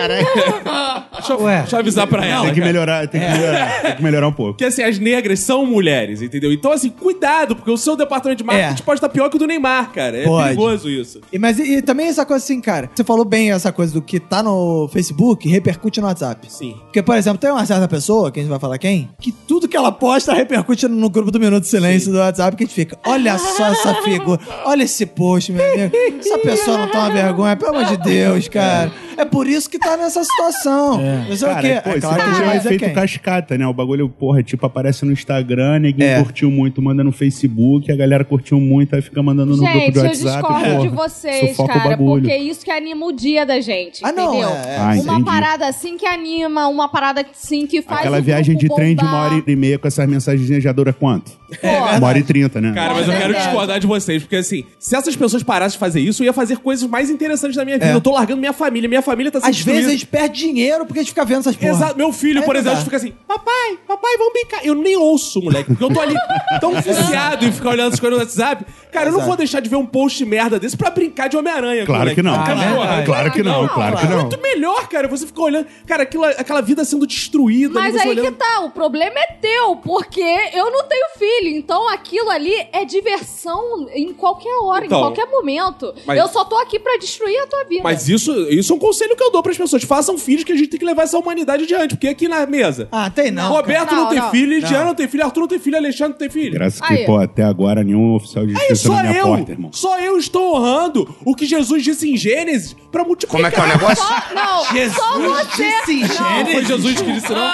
Deixa eu,
Ué.
deixa eu avisar pra ela.
é
Tem que
cara.
melhorar, tem que melhorar. Tem que melhorar um pouco.
Porque assim, as negras são mulheres, entendeu? Então, assim, cuidado, porque o seu departamento de marketing
É.
pode estar pior que o do Neymar, cara. É
Pode.
perigoso isso.
E, mas e, e também essa coisa assim, cara. Você falou bem essa coisa do que tá no Facebook repercute no WhatsApp.
Sim.
Porque, por exemplo, tem uma certa pessoa, que a gente vai falar quem, que tudo que ela posta repercute no grupo do Minuto de Silêncio do WhatsApp, que a gente fica, olha só essa figura, olha esse post, meu amigo. Essa pessoa não tá uma vergonha, pelo amor de Deus, cara. É por isso que tá nessa situação. Não sei o
Cara,
quê.
pô,
é claro
isso
que a
aqui
gente
já
vai
é
dizer
feito
quem.
cascata, né? O bagulho, porra, tipo, aparece no Instagram, ninguém
É.
curtiu muito, manda no Facebook, a galera curtiu muito, aí fica mandando no grupo
Gente,
de
eu
WhatsApp.
discordo
porra,
de vocês,
sufoca o
cara,
bagulho.
porque isso que anima o dia da gente,
Ah, não,
entendeu?
é, é.
Ah,
uma
entendi.
parada assim que anima, uma parada assim que faz
Aquela
o
viagem de
grupo
trem de uma
bombar.
hora e meia com essas mensagenzinhas já dura quanto?
Pô,
uma hora e trinta, né?
Cara, mas eu quero discordar de vocês, porque assim, se essas pessoas parassem de fazer isso, eu ia fazer coisas mais interessantes da minha vida.
É.
Eu tô largando minha família, minha família tá sendo
Às vezes É a gente perde dinheiro porque a gente fica vendo essas porra.
Exato. Meu filho,
Aí
por
não
exemplo,
dá.
fica assim: Papai, papai, vamos brincar. Eu nem ouço, moleque, porque eu tô ali tão viciado em ficar olhando essas coisas no WhatsApp. Cara, eu não
Exato.
vou deixar de ver um post merda desse pra brincar de Homem-Aranha.
Claro
moleque.
que não.
Porque,
é
Ah,
porra,
verdade.
Claro que não,
Não,
claro que
claro.
não.
Muito melhor, cara. Você fica olhando. Cara, aquilo- aquela vida sendo destruída.
Mas
você
aí
olhando...
que tá, o problema é teu, porque eu não tenho filho, então aquilo ali é diversão em qualquer hora,
Então,
em qualquer momento.
mas-
Eu só tô aqui pra destruir a tua vida.
Mas isso, isso é um conselho que eu dou pras pessoas. Façam filhos que a gente tem que levar essa humanidade adiante. Porque aqui na mesa.
Ah, tem não. cara.
Roberto não,
Não,
tem
não.
filho, Lidiana não tem filho, Arthur não tem filho, Alexandre não tem filho.
Graças
Aí.
que, pô, até agora nenhum oficial de
Aí
justiça
só
na minha
eu,
porta, irmão.
só eu estou honrando o que Jesus disse em Gênesis pra multiplicar.
Como é que é o negócio?
Só- não, só você.
Não, foi Jesus que disse não.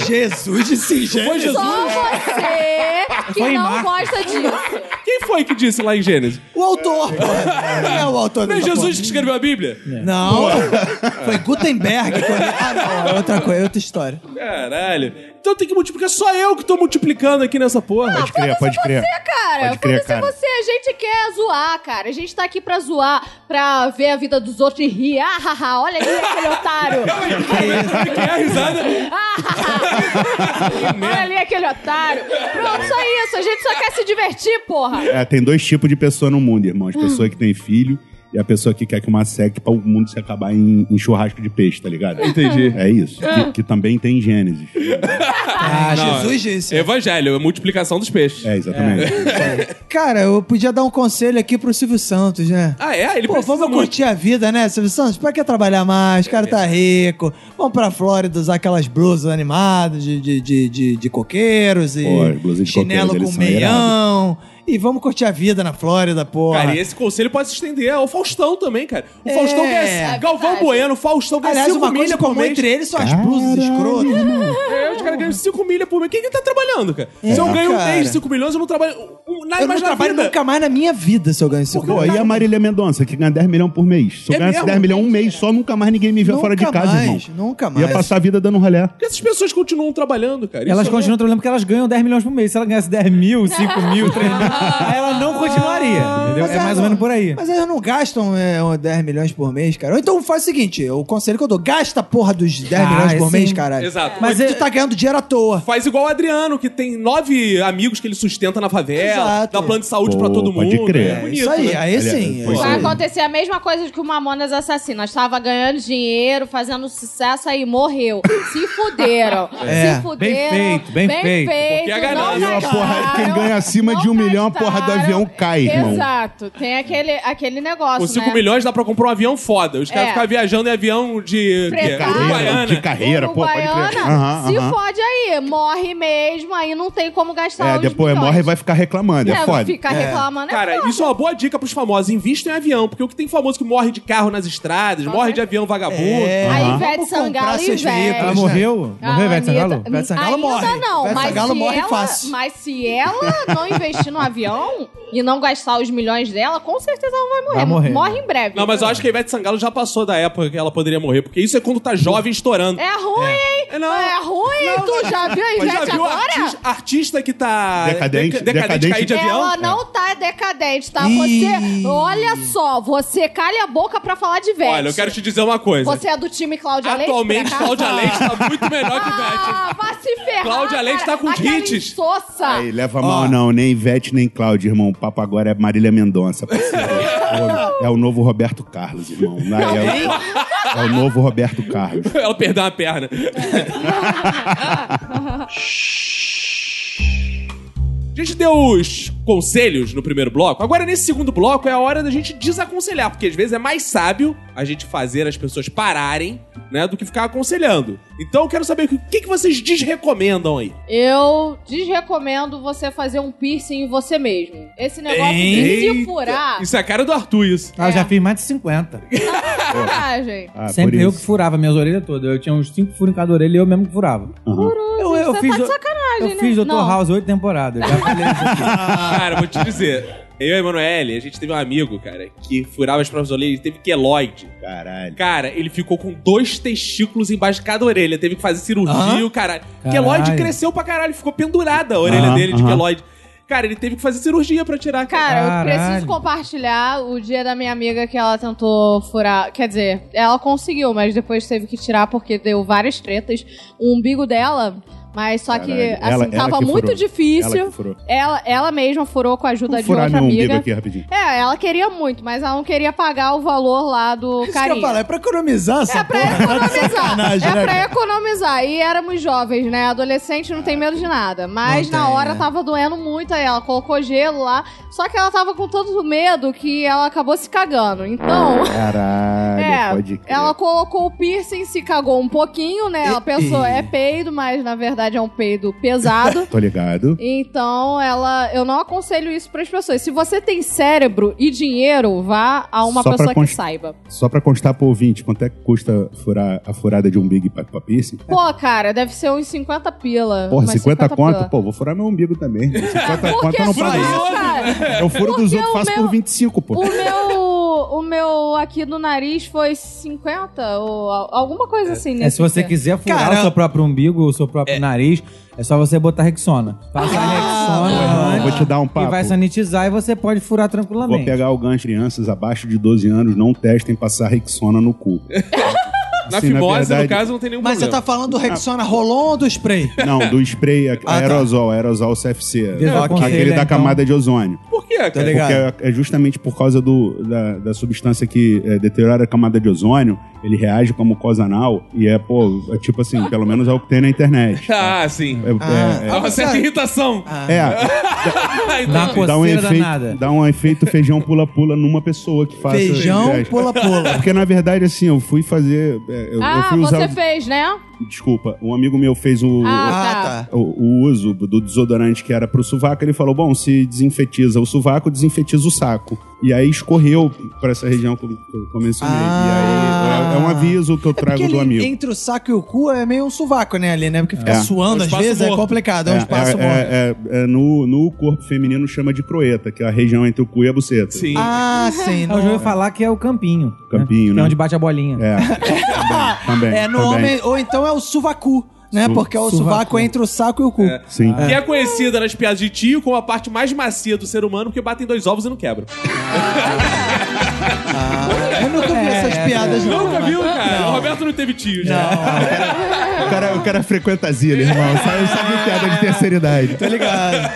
Jesus de
Foi
singênero.
Jesus.
Só você que
Foi em
não
Marcos.
gosta disso.
Quem foi que disse lá em Gênesis?
O autor, pô. Quem é o autor
Não é
dessa
Jesus que
porra?
escreveu a Bíblia?
Não. Foi Gutenberg. que olhou- Ah, não. É outra coisa, é outra história.
Caralho. Então tem que multiplicar. Só eu que tô multiplicando aqui nessa porra.
Pode crer, pode crer.
você, cara.
Pode crer,
Foda-se
cara.
você. A gente quer zoar, cara. A gente tá aqui pra zoar, pra ver a vida dos outros e rir. Ah, haha, olha ali aquele otário.
Que é a risada.
Ah, haha. olha ali aquele otário. Pronto, só isso. A gente só quer se divertir, porra.
É, tem dois tipos de pessoa no mundo, irmão. As pessoas que têm filho e a pessoa que quer que uma seque pra o mundo se acabar em, em churrasco de peixe, tá ligado?
Entendi.
É isso. Que, que também tem Gênesis.
Ah,
não,
Jesus disse.
Evangelho, é multiplicação dos peixes.
É, exatamente.
Cara, eu podia dar um conselho aqui pro Silvio Santos, né?
Ah, é? Ele
Pô,
precisa
vamos
muito.
curtir a vida, né, Silvio Santos? Pra que trabalhar mais? O cara tá rico. Vamos pra Flórida usar aquelas blusas animadas de, de, de, de, de coqueiros e
Pô, as blusas de
chinelo
coqueiros,
com
eles são
meião E vamos curtir a vida na Flórida, porra.
Cara, e esse conselho pode se estender ao Faustão também, cara. O
É.
Faustão ganha.
É
Galvão
verdade.
Bueno, Faustão ganha
Aliás,
5
uma coisa
milha por
comum
mês.
entre eles são as blusas escrotas.
É, os caras ganham 5 milha por mês. Quem que tá trabalhando, cara?
É,
Se eu ganho um
cara.
mês de 5 milhões, eu não trabalho. um- um- Nada
Eu não
mais na
trabalho
vida.
nunca mais na minha vida se eu ganho esse
Pô, e a Marília Mendonça, que ganha 10 milhões por mês. Se eu
É
ganhasse
mesmo?
10 milhões um mês só, nunca mais ninguém me vê fora de
Nunca
casa,
mais,
irmão.
nunca
Ia
mais.
passar a vida dando um rolé.
Porque essas pessoas continuam trabalhando, cara.
Elas
Isso é-
continuam trabalhando porque elas ganham 10 milhões por mês. Se ela ganhasse 10 mil, 5 mil, 3 mil, aí ela não continuaria. Entendeu?
Mas
É
elas
mais ou
não-
menos por aí.
Mas elas não gastam é, 10 milhões por mês, cara. Ou então faz o seguinte: o conselho que eu dou, gasta a porra dos 10
Ah,
milhões por
sim.
mês, caralho.
Exato.
Mas
Mas
tu
é-
tá ganhando dinheiro à toa.
Faz igual o Adriano, que tem nove amigos que ele sustenta na favela,
Exato.
dá plano de saúde pra
Pô,
todo mundo.
pode crer.
É
É
bonito,
Isso aí,
né?
aí
Aliás,
sim.
pois
aí.
Vai
é.
acontecer a mesma coisa que o Mamonas Assassinas. Estava ganhando dinheiro, fazendo sucesso aí morreu. Se fuderam.
É,
Se fuderam.
bem feito, bem feito.
feito,
Porque é
não
ganância.
gastaram,
E, ó, porra, quem ganha acima
não
de um milhão, a
gastaram.
porra do avião cai, irmão.
Exato. Tem aquele, aquele negócio,
Com 5
né?
milhões dá pra comprar um avião foda. Os caras
É.
ficam viajando em avião de.
Fretado.
que é? Uruguaiana.
De carreira, pô, pode
Uruguaiana,
crer. Aham,
se
aham.
fode aí. Morre mesmo, aí não tem como gastar
É,
os
depois
milhões.
morre e vai ficar reclamando, é,
É,
foda.
Ficar reclamando é
Cara, isso é uma boa dica pros famosos. Invistam em avião, porque o que tem famoso que morre de carro nas estradas, morre de avião vagabundo.
É.
A
Aham.
Ivete
Vamos comprar
Sangalo
seus
investe.
veículos,
Ela
né?
morreu? Morreu, Ivete
Anitta-
Sangalo?
Ivete Sangalo
Ainda
morre.
não,
Ivete
mas
Sangalo
se
morre
ela,
fácil.
Mas se ela não investir no avião e não gastar os milhões dela, com certeza ela vai morrer.
Vai morrer.
Morre em breve.
Não, mas eu acho que a Ivete Sangalo já passou da época que ela poderia morrer, porque isso é quando tá jovem estourando.
É ruim, hein?
É, não.
É ruim,
Não,
tu
não.
já viu a
Mas já
Ivete
viu
agora?
artista, artista que tá.
Decadente,
deca- decadente,
decadente.
cair de avião? É.
Ela não tá decadente, tá?
Ih.
Você, olha só, você calha a boca pra falar de Ivete.
Olha, eu quero te dizer uma coisa.
Você é do time Cláudia Leite?
Atualmente,
por acaso?
Cláudia Leite tá muito melhor que Ivete.
Ah, vai se ferrar,
Cláudia Leite
cara.
tá com os
Aquela
hits.
insossa.
Aí, leva mal não, nem Ivete, nem Cláudio, irmão. O papo agora é Marília Mendonça, parceiro. é, o, é o novo Roberto Carlos, irmão. Não, é, o, é o novo Roberto Carlos.
Ela perdeu uma perna. A gente deu os conselhos no primeiro bloco. Agora, nesse segundo bloco, é a hora da gente desaconselhar, porque às vezes é mais sábio a gente fazer as pessoas pararem, né, do que ficar aconselhando. Então, eu quero saber o que, o que que vocês desrecomendam aí.
Eu desrecomendo você fazer um piercing em você mesmo. Esse negócio de se
Eita.
furar.
Isso é a cara do Arthur, isso.
Ah, eu já fiz mais de 50.
é
coragem.
Ah,
Sempre
por
eu
isso.
que furava minhas orelhas todas. Eu tinha uns 5 furos em cada orelha e eu mesmo que furava. Eu, eu
você
fiz,
tá de
eu-
sacanagem,
eu
né?
fiz Dr.
Não.
House 8 temporadas. Eu já falei isso aqui.
Cara, vou te dizer. Eu e a Emanuele, a gente teve um amigo, cara, que furava as próprias orelhas, teve queloide.
Caralho.
Cara, ele ficou com dois testículos embaixo de cada orelha. Teve que fazer cirurgia, o caralho. Queloide cresceu pra caralho, ficou pendurada a orelha
Aham,
dele de
aham.
queloide. Cara, ele teve que fazer cirurgia pra tirar.
Cara, eu
Caralho.
preciso compartilhar o dia da minha amiga que ela tentou furar. Quer dizer, ela conseguiu, mas depois teve que tirar porque deu várias tretas. O umbigo dela. Mas só que,
Caralho.
assim,
Ela- ela
tava
que
muito
furou. Ela
difícil.
que furou.
Ela, ela mesma furou com a ajuda
Vou
de outra
furar meu umbigo
amiga.
aqui rapidinho.
É, ela queria muito, mas ela não queria pagar o valor lá
Isso
do
que eu
carinha.
falo, é pra economizar essa
É pra
porra. tá de
economizar.
sacanagem, né,
É pra
cara?
economizar. E éramos jovens, né? Adolescente não tem medo de nada. Mas
Não
na
tem,
hora
né?
tava doendo muito, aí ela colocou gelo lá. Só que ela tava com tanto medo que ela acabou se cagando. Então.
Caralho,
É,
pode crer.
ela colocou o piercing, se cagou um pouquinho, né? Ela
E-
pensou,
e-
é peido, mas na verdade é um peido pesado.
Tô ligado.
Então, ela, eu não aconselho isso pras pessoas. Se você tem cérebro e dinheiro, vá a uma
Só pra
pessoa que
const-
saiba.
Só pra constar pro ouvinte, quanto é que custa furar a furada de umbigo pra, pra piercing?
É.
Pô, cara, deve ser uns 50 pila.
Porra,
umas
50 conto?
pila.
Pô, vou furar meu umbigo também. 50
Por
conto
que
eu não
não,
pago isso.
cara?
Eu furo dos
Porque
outros,
o
faço
meu- um
por 25, pô.
O meu, o meu aqui do nariz foi 50 ou al- alguma coisa assim.
É,
nesse
se você
dia.
quiser furar
Cara-
o seu próprio umbigo, o seu próprio nariz, é só você botar Rexona. Passa a Rexona
Irmão,
antes
vou te dar um
e vai
papo.
sanitizar e você pode furar
Vou
tranquilamente.
pegar o gancho, crianças abaixo de 12 anos, não testem passar Rexona no cu.
Na
Assim,
fimose,
verdade-
no caso, não tem nenhum
Mas você
problema.
tá falando do Rexona Rolon ou do spray?
Não, do spray a-
tá.
aerosol, aerosol CFC.
Desaconselha,
Aquele da
então.
camada de ozônio.
Por quê,
Tá
cara?
ligado?
Porque é é justamente por causa do, da, da substância que é, deteriora a camada de ozônio ele reage com a mucosa anal e é, pô, é tipo assim, pelo menos é o que tem na internet.
Ah, sim.
É, é-
Ah.
Dá uma certa irritação. Ah,
é,
Dá
é,
Entendi.
uma
dá um
Ah, coceira
efeito,
danada.
dá um efeito feijão pula-pula numa pessoa que faz
Feijão, pula-pula.
Porque, na verdade, assim, eu fui fazer. é, Eu, eu
Ah,
fui
você
usar.
fez, né?
Desculpa, um amigo meu fez o.
Ah,
Ah, tá.
o- o uso do desodorante que era pro sovaco, ele falou: bom, se desinfetiza o sovaco, desinfetiza o saco. E aí escorreu pra essa região que eu, que eu mencionei.
Ah.
E aí é, é um aviso que eu
É porque
trago do
ele-
amigo.
entre o saco e o cu é meio um sovaco, né, ali, né? Porque fica
É.
suando
É um
às
espaço
vezes
morto.
é complicado, é um espaço
é,
morto.
é, é, é, no, no corpo feminino chama de croeta, que é a região entre o cu e a buceta.
Sim.
Ah, sim.
Eu já
não-
ouvi falar que é o campinho.
Campinho,
Que
né?
É onde bate a bolinha.
É. também, também.
É, no
também.
homem, ou então é o suvacu, né?
Su-
porque é o
suvacu.
sovaco entre o saco e o cu.
Sim.
Que é conhecida nas piadas de tio como a parte mais macia do ser humano, porque batem dois ovos e não quebram.
Ah, eu nunca vi essas piadas, não.
é. Nunca
mas-
viu, cara? O Roberto não teve tio. né? Não.
O cara, o cara frequenta asilo, irmão. Sabe, sabe piada de terceira idade.
Tá ligado?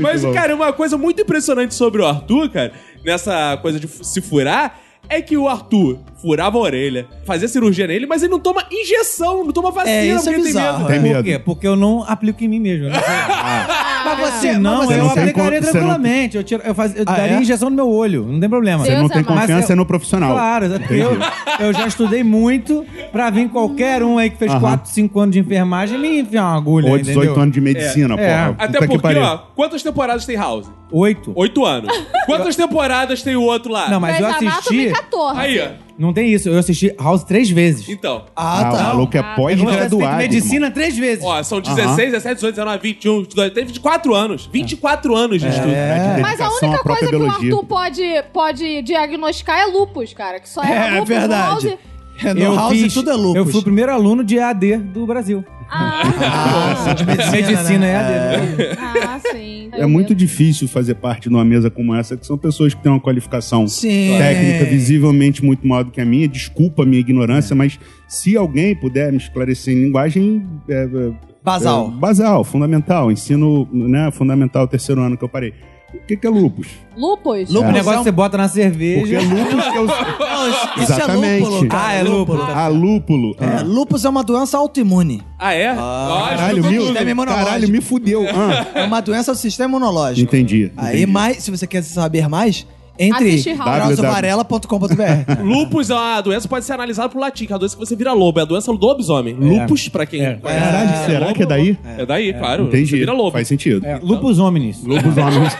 Mas,
bom.
cara, uma coisa muito impressionante sobre o Arthur, cara, nessa coisa de fu- se furar, é que o Arthur furava a orelha, fazia cirurgia nele, mas ele não toma injeção, não toma vacina,
É, isso é
porque tem
bizarro.
medo.
Tem
Por
medo. Ah.
quê? Porque eu não aplico em mim mesmo. né?
Mas você,
Se não,
mas você
eu
não tem
aplicaria
como- você não-
tranquilamente. Eu, tiro- eu faz- eu
Ah,
daria
é?
injeção no meu olho, não tem problema.
Você não tem
amado.
confiança no profissional.
Claro, eu, eu já estudei muito pra vir qualquer um aí que fez
Aham.
4, 5 anos de enfermagem e me enfiar uma agulha.
Ou 18
né, entendeu?
anos de medicina,
É.
porra.
Até
Puta que
porque,
pariu.
ó, quantas temporadas tem House?
8.
Oito anos. Quantas temporadas tem o outro lá?
Não, mas eu
Grey's Anatomy,
assisti.
14.
Aí, ó.
Não tem isso, eu assisti House três vezes.
Então.
Ah,
Ah, o
tá.
maluco é
Eu fiz
pós-graduado. irmão.
medicina três vezes.
Ó, são 16, 17, 18, 19, 21, 22, tem 24 anos. 24 anos de estudo.
É.
Mas a
Dedicação à
única
própria
coisa que o
biologia.
Arthur pode, pode diagnosticar é lúpus, cara. Que só é,
É,
lúpus,
verdade.
Mouse.
É, no house
fiz-
tudo é
Eu
lúpus.
fui o primeiro aluno de EAD do Brasil.
Ah,
Ah, de medicina,
Medicina é
né?
EAD. né?
ah, sim.
É muito difícil fazer parte de uma mesa como essa, que são pessoas que têm uma qualificação
Sim.
técnica visivelmente muito maior do que a minha. Desculpa a minha ignorância, mas se alguém puder me esclarecer em linguagem. é, é,
Basal.
É, basal, fundamental. Ensino né, fundamental, terceiro ano que eu parei. O que, que é lupus?
Lúpus?
Lúpus
O negócio
é um-
que você bota na
Porque
cerveja.
lupus é o.
Não, isso- isso
Exatamente.
é lúpulo. cara,
Ah, é lúpulo.
Ah, lúpulo.
É, lúpus é uma doença autoimune.
Ah, é? Ó,
Caralho,
estudo
Lúpulo,
meu,
tudo.
sistema imunológico.
caralho, me fudeu. Ah,
É uma doença do sistema imunológico.
entendi.
Aí,
entendi.
mais, se você quer saber mais, entre
Assiste House.
drauzovarela.com.br.
Lúpus é uma doença que pode ser analisada por latim, que é a doença que você vira lobo, é a doença do lobisomem. Lúpus, pra quem
É.
conhece.
Caralho, será que é daí?
É daí, claro. Você
Entendi.
vira lobo.
Faz sentido.
É, lupus hominis.
Lobos homens.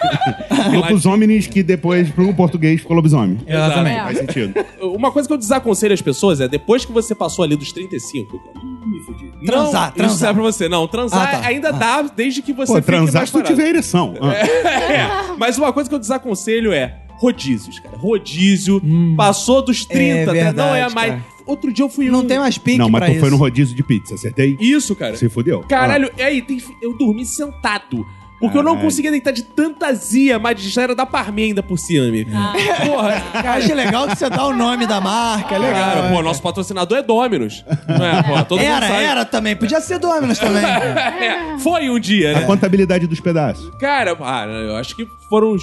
Lobos homens que depois pro português ficou lobisomem.
Exatamente.
É.
Faz sentido.
Uma coisa que eu desaconselho as pessoas é, depois que você passou ali dos 35... cara, não,
Transar, transar.
Isso é pra você. Não, transar
Ah, tá.
ainda dá, desde que você
Pô,
fique
transar
mais
se tu
parado.
tiver ereção. Ah,
É, mas uma coisa que eu desaconselho é rodízios, cara. Rodízio, passou dos 30, até
Hum. verdade,
não é mais.
cara.
Outro dia eu fui
Não
um-
tem mais pique
Não, mas
pra
tu
isso.
foi no rodízio de pizza, acertei?
Isso, cara.
Se fudeu.
Caralho, e aí, tem- eu dormi sentado. Porque eu não
Caralho.
conseguia deitar de tanta azia, mas já era da Parmê ainda por cima, amigo.
Ah.
Porra,
Acho legal que você dá o nome da marca, é legal.
cara,
né?
é.
pô, nosso patrocinador é Dominus. Não é, pô, todo mundo
era,
sabe.
era também. Podia ser Dominus também.
É, foi um dia,
Ah, A
né?
contabilidade dos pedaços.
Cara, ah, eu acho que foram uns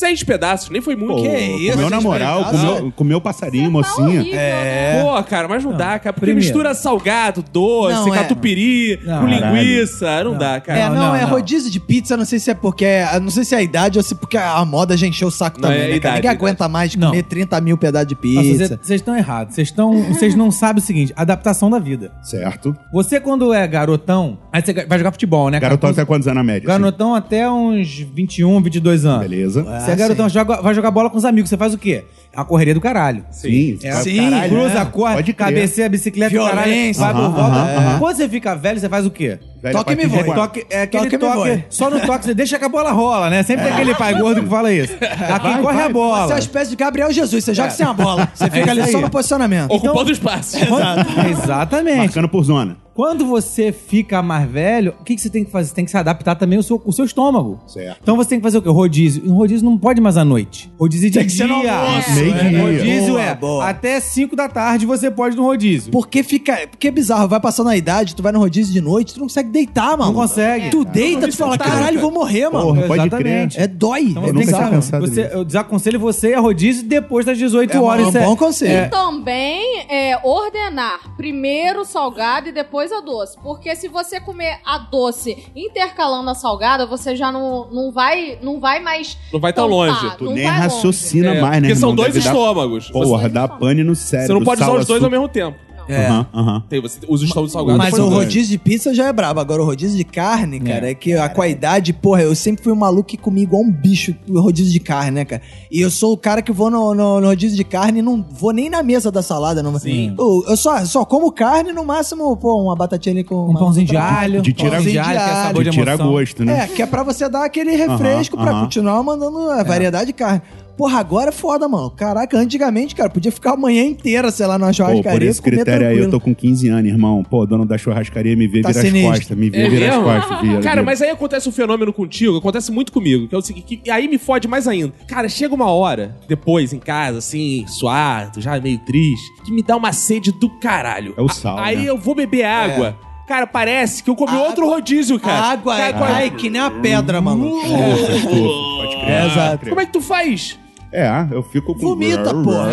seis pedaços, nem foi muito.
Que isso,
Comeu na
gente,
moral,
tá
comeu,
certo.
comeu passarinho,
Horrível,
mocinha.
né?
Pô, cara, mas não, dá, cara. Porque
primeiro.
mistura salgado, doce,
Não, é.
catupiry,
Não.
com
Caralho.
linguiça. Não, dá, cara.
é, não,
não,
é
não.
rodízio de pizza, não sei se é porque. Não sei se é a idade ou se porque a moda já encheu o saco
Não,
também,
é
né,
idade,
cara? Ninguém
idade.
aguenta mais
Não.
comer 30 mil pedaços de
Nossa,
pizza.
Vocês vocês estão errados. Vocês estão- Vocês não sabem o seguinte: adaptação da vida.
Certo.
Você, quando é garotão, aí você vai jogar futebol, né?
Garotão
14
até quantos anos na média?
Garotão até uns 21, 22 anos.
Sim. Beleza.
Ah,
Você é garotão, joga, vai jogar bola com os amigos. Você faz o quê? A correria do caralho.
Sim.
É,
Sim,
caralho, cruza,
né?
corre,
Pode crer.
cabeceia, bicicleta,
Violência.
caralho, vai
Aham,
pro volta.
aham, aham.
Quando você fica velho, você faz o quê?
Velho,
Toque
a partir
me
de
voe.
quatro-
Toque, é aquele
Toque me
toque.
boy.
Só no toque, você deixa que a bola rola, né? Sempre tem aquele pai gordo que fala isso. Aqui
Vai,
corre a
vai.
bola.
Você é uma espécie de Gabriel Jesus, você joga sem a bola. Você fica
isso
ali só
aí.
no posicionamento.
Ocupando espaço.
Quando- Exatamente.
Marcando por zona.
Quando você fica mais velho, o que, que você tem que fazer? Você tem que se adaptar também ao seu, ao seu estômago.
Certo.
Então você tem que fazer o quê? Rodízio. Um rodízio não pode mais à noite. Rodízio é de
Tem que ser
dia.
no almoço. né?
Meio-dia.
Rodízio
Boa,
é
boa.
até 5 da tarde você pode ir no rodízio.
Porque fica. Porque é bizarro, vai passando a idade, tu vai no rodízio de noite, tu não consegue deitar, mano.
Não consegue.
é, Tu deita, tu fala, caralho, vou morrer, mano.
Porra, pode
Exatamente.
crer.
É dói.
Então
é
você
nunca
tem que
tinha
saber.
pensado
Você-
nisso.
eu desaconselho você a rodízio depois das 18
É um-
horas.
é um
Isso
bom conselho.
E também é, ordenar primeiro o salgado e depois a doce. Porque se você comer a doce intercalando a salgada, você já não, não, vai, não vai mais.
Não vai tão
tampar,
longe.
não
Tu nem
vai longe.
raciocina
É,
mais, né?
Porque são
irmão?
dois
Deve dar-
estômagos.
Porra, dá pane no cérebro.
Você não pode usar
sal,
os dois ao
açúcar.
mesmo tempo.
Aham, aham.
Tem, você usa o estômago salgado.
Mas
depois
o
do-
rodízio de pizza já é brabo. Agora o rodízio de carne, cara, é, que a qualidade, porra, eu sempre fui um maluco que comi igual um bicho o rodízio de carne, né, cara? E eu sou o cara que vou no, no- no rodízio de carne e não vou nem na mesa da salada. Não.
Sim.
Eu, eu só, só como carne, no máximo, pô, uma batatinha ali com.
Um
uma-
pãozinho de alho.
De tirar-
pãozinho de alho, que é sabor de
De tirar
emoção.
gosto, né?
É, que é pra você dar aquele refresco
Aham,
pra
aham.
continuar mandando a variedade de carne. Porra, agora é foda, mano. Caraca, antigamente, cara, podia ficar a manhã inteira, sei lá, na
Pô,
churrascaria.
por esse
e comer
critério aí, eu
tranquilo.
tô com 15 anos, irmão. Pô, dono da churrascaria me vê
Tá
virar
sinistro.
as costas. Me vê
É
virar
mesmo?
as costas. Vira,
Cara,
vira.
mas aí acontece um fenômeno contigo, acontece muito comigo, que é o seguinte, que aí me fode mais ainda. Cara, chega uma hora, depois, em casa, assim, suado, já meio triste, que me dá uma sede do caralho.
É o
A-
sal,
Aí
né?
eu vou beber água. Cara, parece que eu comi
É. A
outro
água-
rodízio, cara.
A água
cara,
é,
qual-
cai que nem a pedra, maluco.
Ufa, ufa, Pode crer.
É, exato.
pode
Como
crer.
é que tu faz?
É, eu fico com...
Vomita, porra.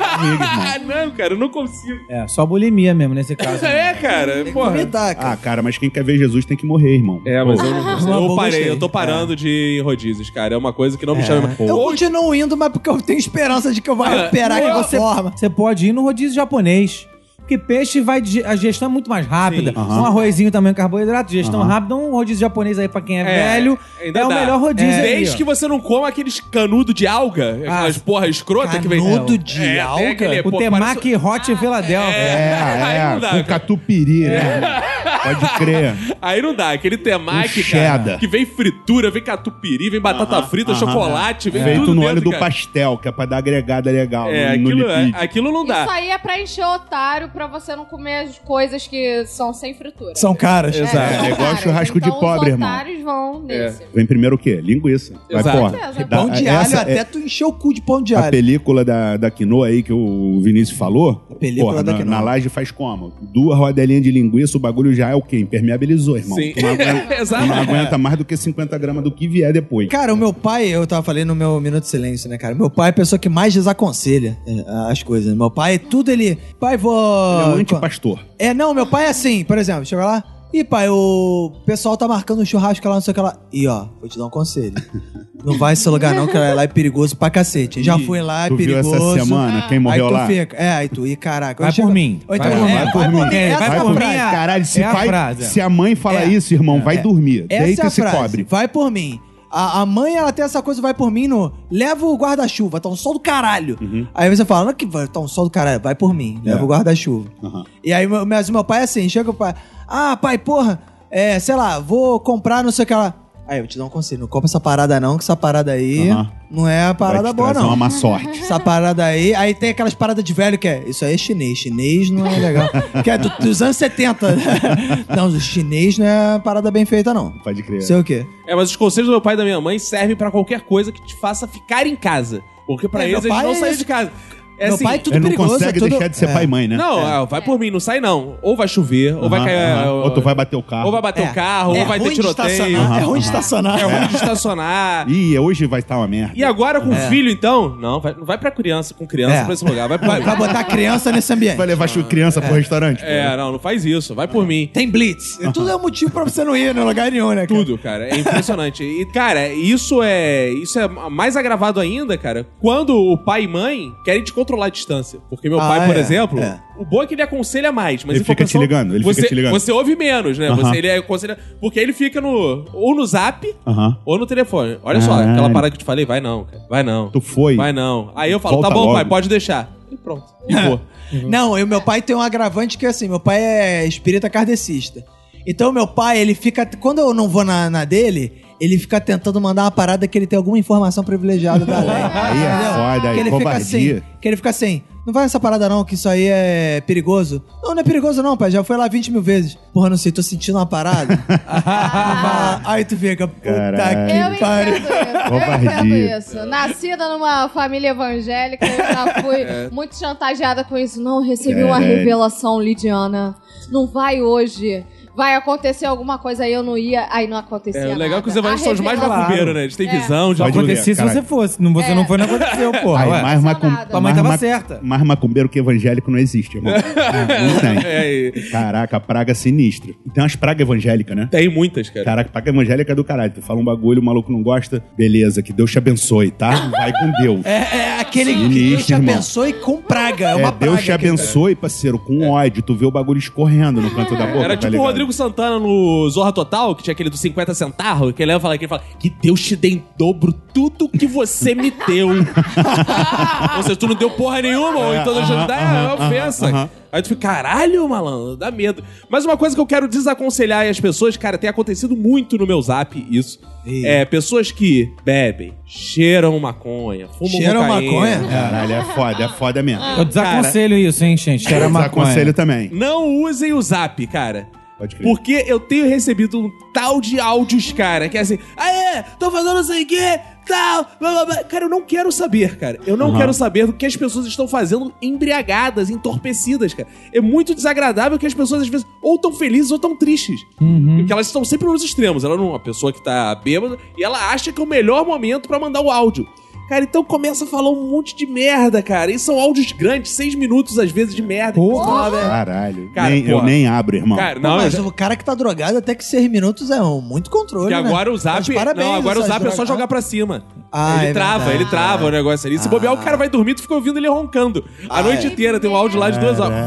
Ah, não, cara, eu não consigo.
É, só bulimia mesmo nesse caso.
É, cara, porra.
Vomitar, cara.
Ah, cara, mas quem quer ver Jesus tem que morrer, irmão.
É, mas eu não
Ah, Uma
Eu
boa,
parei,
gostei.
eu tô parando de ir em rodízios, cara. É uma coisa que não me chama
Ah,
mais.
Eu
Ou-
continuo indo, mas porque eu tenho esperança de que eu vou
Cara,
recuperar de
é
não,
alguma Tá forma.
Você pode ir no rodízio japonês. Porque peixe vai. dig- A digestão é muito mais rápida.
Sim. Aham.
Um arrozinho também, carboidrato, digestão
Aham.
rápida. Um rodízio japonês aí pra quem é, velho.
ainda
é o
dá.
melhor rodízio.
É.
aí,
Desde
ó.
que você não coma aqueles canudo de alga, aquelas porra escrota que vem. É,
Canudo de
tem
alga?
aquele- é,
O
pô, Ah,
temaki hot em Philadelphia.
É,
Aí não
é,
dá,
com
cara.
catupiry, né? Pode crer.
Aí não dá, aquele temaki, cara,
Um cheddar.
que vem fritura, vem catupiry, vem batata
Aham,
frita,
aham.
chocolate, vem
Feito
tudo
no
dentro,
óleo do
cara.
pastel, que é pra dar agregada legal
É,
no, no
aquilo, é,
lipídio.
aquilo não
Isso
dá.
aí é pra encher otário pra você não comer as coisas que são sem fritura.
São caras.
Exato. É,
são
igual
caras.
churrasco de
Então,
pobre,
os
irmão.
otários vão nesse.
Vem primeiro o quê? Linguiça. Vai,
é. Exato.
porra.
Exato.
Dá-
Pão de alho,
essa é-
até tu encher o cu de pão de
A
alho.
película da, da quinoa aí que o Vinícius falou,
A película
porra,
da
na,
quinoa.
na laje faz como? Duas rodelinhas de linguiça, o bagulho já é o quê? Impermeabilizou, irmão.
Sim.
Tu não aguenta,
Exato.
tu não aguenta mais do que 50 gramas do que vier depois.
Cara, o meu pai, eu tava falando no meu Minuto de Silêncio, né, cara? Meu pai é a pessoa que mais desaconselha é, as coisas. Meu pai, tudo ele. Pai,
Ele é
vou.
um antipastor.
É, não, meu pai é assim, por exemplo, chega lá. Ih, pai, o pessoal tá marcando um churrasco lá, não sei o que lá. Ih, ó, vou te dar um conselho. Não vai esse lugar não, que lá é perigoso pra cacete. Já fui lá, é
Tu viu
perigoso.
essa semana quem morreu
aí tu
lá?
Fica. É, aí tu, e caraca.
Vai
eu chego-
por mim. Vai
Ou então,
por
é,
mim.
vai
Vai por mim.
Essa
Vai
é a
por mim.
frase.
É,
Caralho, se,
é a
pai-
frase.
se a mãe fala
É.
isso, irmão, vai dormir.
Essa
Deita
é a
e se
frase.
cobre.
Vai por mim. A, a mãe, ela tem essa coisa, vai por mim no... Leva o guarda-chuva, tá um sol do caralho. Aí você fala, não que vai, tá um sol do caralho, vai por mim, leva
Uhum. É.
o guarda-chuva.
Aham.
E aí, meu- mas o meu pai é assim, chega o pai... Ah, pai, porra, é, sei lá, vou comprar não sei o que lá. Aí, eu te dou um conselho, não compra essa parada não, que essa parada aí
Aham.
não é a
Vai te
parada boa
trazer
não.
uma má sorte.
Essa parada aí, aí tem aquelas paradas de velho que é, isso aí é chinês, chinês não é legal. que é do- dos anos 70. não, o chinês não é parada bem feita não.
Pode crer.
Sei o quê?
É, mas os conselhos do meu pai e da minha mãe servem pra qualquer coisa que te faça ficar em casa. Porque pra
É,
eles,
meu
eles
pai
não
é
saem
isso.
de casa. É
Meu
assim,
pai é tudo
Ele não
perigoso.
consegue
é tudo...
deixar de ser
é.
pai e mãe, né?
Não, ah, vai por mim, não sai não. Ou vai chover, ou vai
Aham,
cair.
aham.
ou-
Ou tu vai bater o carro.
ou vai bater
É.
o carro,
É
ou vai
ruim
ter
de
tiroteio.
estacionar, É ruim de estacionar.
É ruim de estacionar.
Ih, hoje vai estar uma merda.
E agora com filho, então? Não, vai, não vai pra criança, com criança
É.
pra esse lugar. Vai, vai,
Vai botar criança nesse ambiente.
Vai levar sua criança pro restaurante?
É, não, não faz isso. Vai por mim.
Tem blitz. Tudo é um motivo pra você não ir no lugar nenhum, né? cara?
Tudo, cara. É impressionante. E, cara, isso é. Isso é mais agravado ainda, cara, quando o pai e mãe querem te controlar a distância. Porque meu
Ah,
pai, por
é,
exemplo,
é.
o bom é que ele aconselha mais, mas
Ele
em
fica te
compensação,
ligando, ele fica
você,
te ligando.
Você ouve menos, né?
Aham.
Você, ele aconselha. Porque ele fica no. Ou no zap,
Aham.
ou no telefone. Olha só,
Caralho.
aquela parada que eu te falei, vai não, cara. Vai não.
Tu foi.
Vai não. Aí eu falo,
Volta
tá bom,
logo.
pai, pode deixar. E pronto. E vou.
Não, e o meu pai tem um agravante que é assim, meu pai é espírita kardecista. Então meu pai, ele fica. Quando eu não vou na, na dele, ele fica tentando mandar uma parada que ele tem alguma informação privilegiada da lei.
Aí é
Entendeu?
foda, aí
Ah, que ele
covardia.
Fica assim, que ele fica assim. Não vai nessa parada não, que isso aí é perigoso. Não, não é perigoso não, pai. Já fui lá 20 mil vezes. Porra, não sei, tô sentindo uma parada.
Ah.
Ah,
Ah, aí tu fica, puta
Caralho.
Eu
que pariu.
entendo isso. Eu
Covardia.
entendo isso. Nascida numa família evangélica, eu já fui
É.
muito chantageada com isso. Não, recebi uma
Caralho.
revelação, Lidiana. Não vai hoje. Vai acontecer alguma coisa aí, eu não ia, aí não acontecia.
É, o legal é que os
nada. A
evangélicos são os mais
revelação-
macumbeiro, né? Eles têm visão, já
Só
Pode mulher,
acontecia se
caralho.
você fosse. Não,
É.
você não foi, não aconteceu, porra.
Aí,
ué.
mais macum...
nada. Tua
mãe tava
mais
certa.
Mais macumbeiro que evangélico não existe, irmão. não tem.
É, e-
Caraca, praga sinistra. E Tem umas pragas evangélicas, né?
tem muitas, cara.
Caraca, praga evangélica é do caralho. Tu fala um bagulho, o maluco não gosta, beleza, que Deus te abençoe, tá? Vai com Deus.
É, é aquele que Deus
Sinistro,
te
irmão.
abençoe com praga. É
É,
uma praga.
Deus te
aquilo.
abençoe, parceiro, com ódio. Tu vê o bagulho escorrendo no canto da boca,
Era
tá
tipo o
ligado?
Rodrigo Santana no Zorra Total, que tinha aquele do 50 centavos, que ele leva e fala, que ele fala, que Deus te dê em dobro tudo que você me deu. ou seja, tu não deu porra nenhuma, ou então Deus te dá, é uma ofensa. Aí tu fica, caralho, malandro, dá medo. Mas uma coisa que eu quero desaconselhar aí as pessoas, cara, tem acontecido muito no meu zap isso. É, pessoas que bebem, cheiram maconha, fumam
Cheira a
cocaína.
maconha?
Caralho, é foda, é foda mesmo.
Eu desaconselho isso, hein, gente. Cheira
Eu
maconha.
desaconselho também.
Não usem o zap, cara.
Pode crer.
Porque eu tenho recebido um tal de áudios, cara, que é assim, aê, tô fazendo não sei o quê, tal, blá, blá, blá." Cara, eu não quero saber, cara. Eu não quero saber do que as pessoas estão fazendo embriagadas, entorpecidas, cara. É muito desagradável que as pessoas, às vezes, ou tão felizes ou tão tristes. Porque elas estão sempre nos extremos. Ela não é uma pessoa que tá bêbada e ela acha que é o melhor momento pra mandar o áudio. Cara, então começa a falar um monte de merda, cara. E são áudios grandes, seis minutos às vezes de merda.
Porra.
Caralho.
Cara,
Nem- eu
porra.
nem abro, irmão.
Cara,
Não,
não,
mas
eu-
o cara que tá drogado até que seis minutos é um muito controle,
Porque
né?
agora o
Mas
zap.
parabéns,
não, agora o
essas
zap é só
drogas.
jogar pra cima.
Ah,
ele
é
trava,
verdade. Ah.
ele trava né? o negócio ali. Se bobear, o cara vai dormir, tu fica ouvindo ele roncando. A noite
é
inteira tem um áudio lá de duas horas.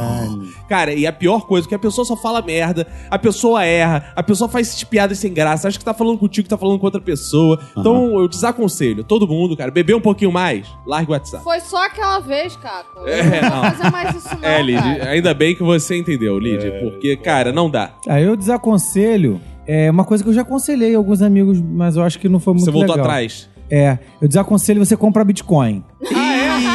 Cara, e a pior coisa é que a pessoa só fala merda, a pessoa erra, a pessoa faz essas piadas sem graça, acha que tá falando contigo, tá falando com outra pessoa. Então eu desaconselho todo mundo, cara, beber um pouquinho mais, larga o WhatsApp.
Foi só aquela vez, Caco. Eu
É,
não vou
não.
fazer mais isso não,
É, Lid,
cara.
ainda bem que você entendeu, Lid,
É,
porque, cara, não dá.
Aí eu desaconselho. É uma coisa que eu já aconselhei alguns amigos, mas eu acho que não foi muito
Você voltou
legal.
atrás.
É, eu desaconselho você comprar Bitcoin.
Ih,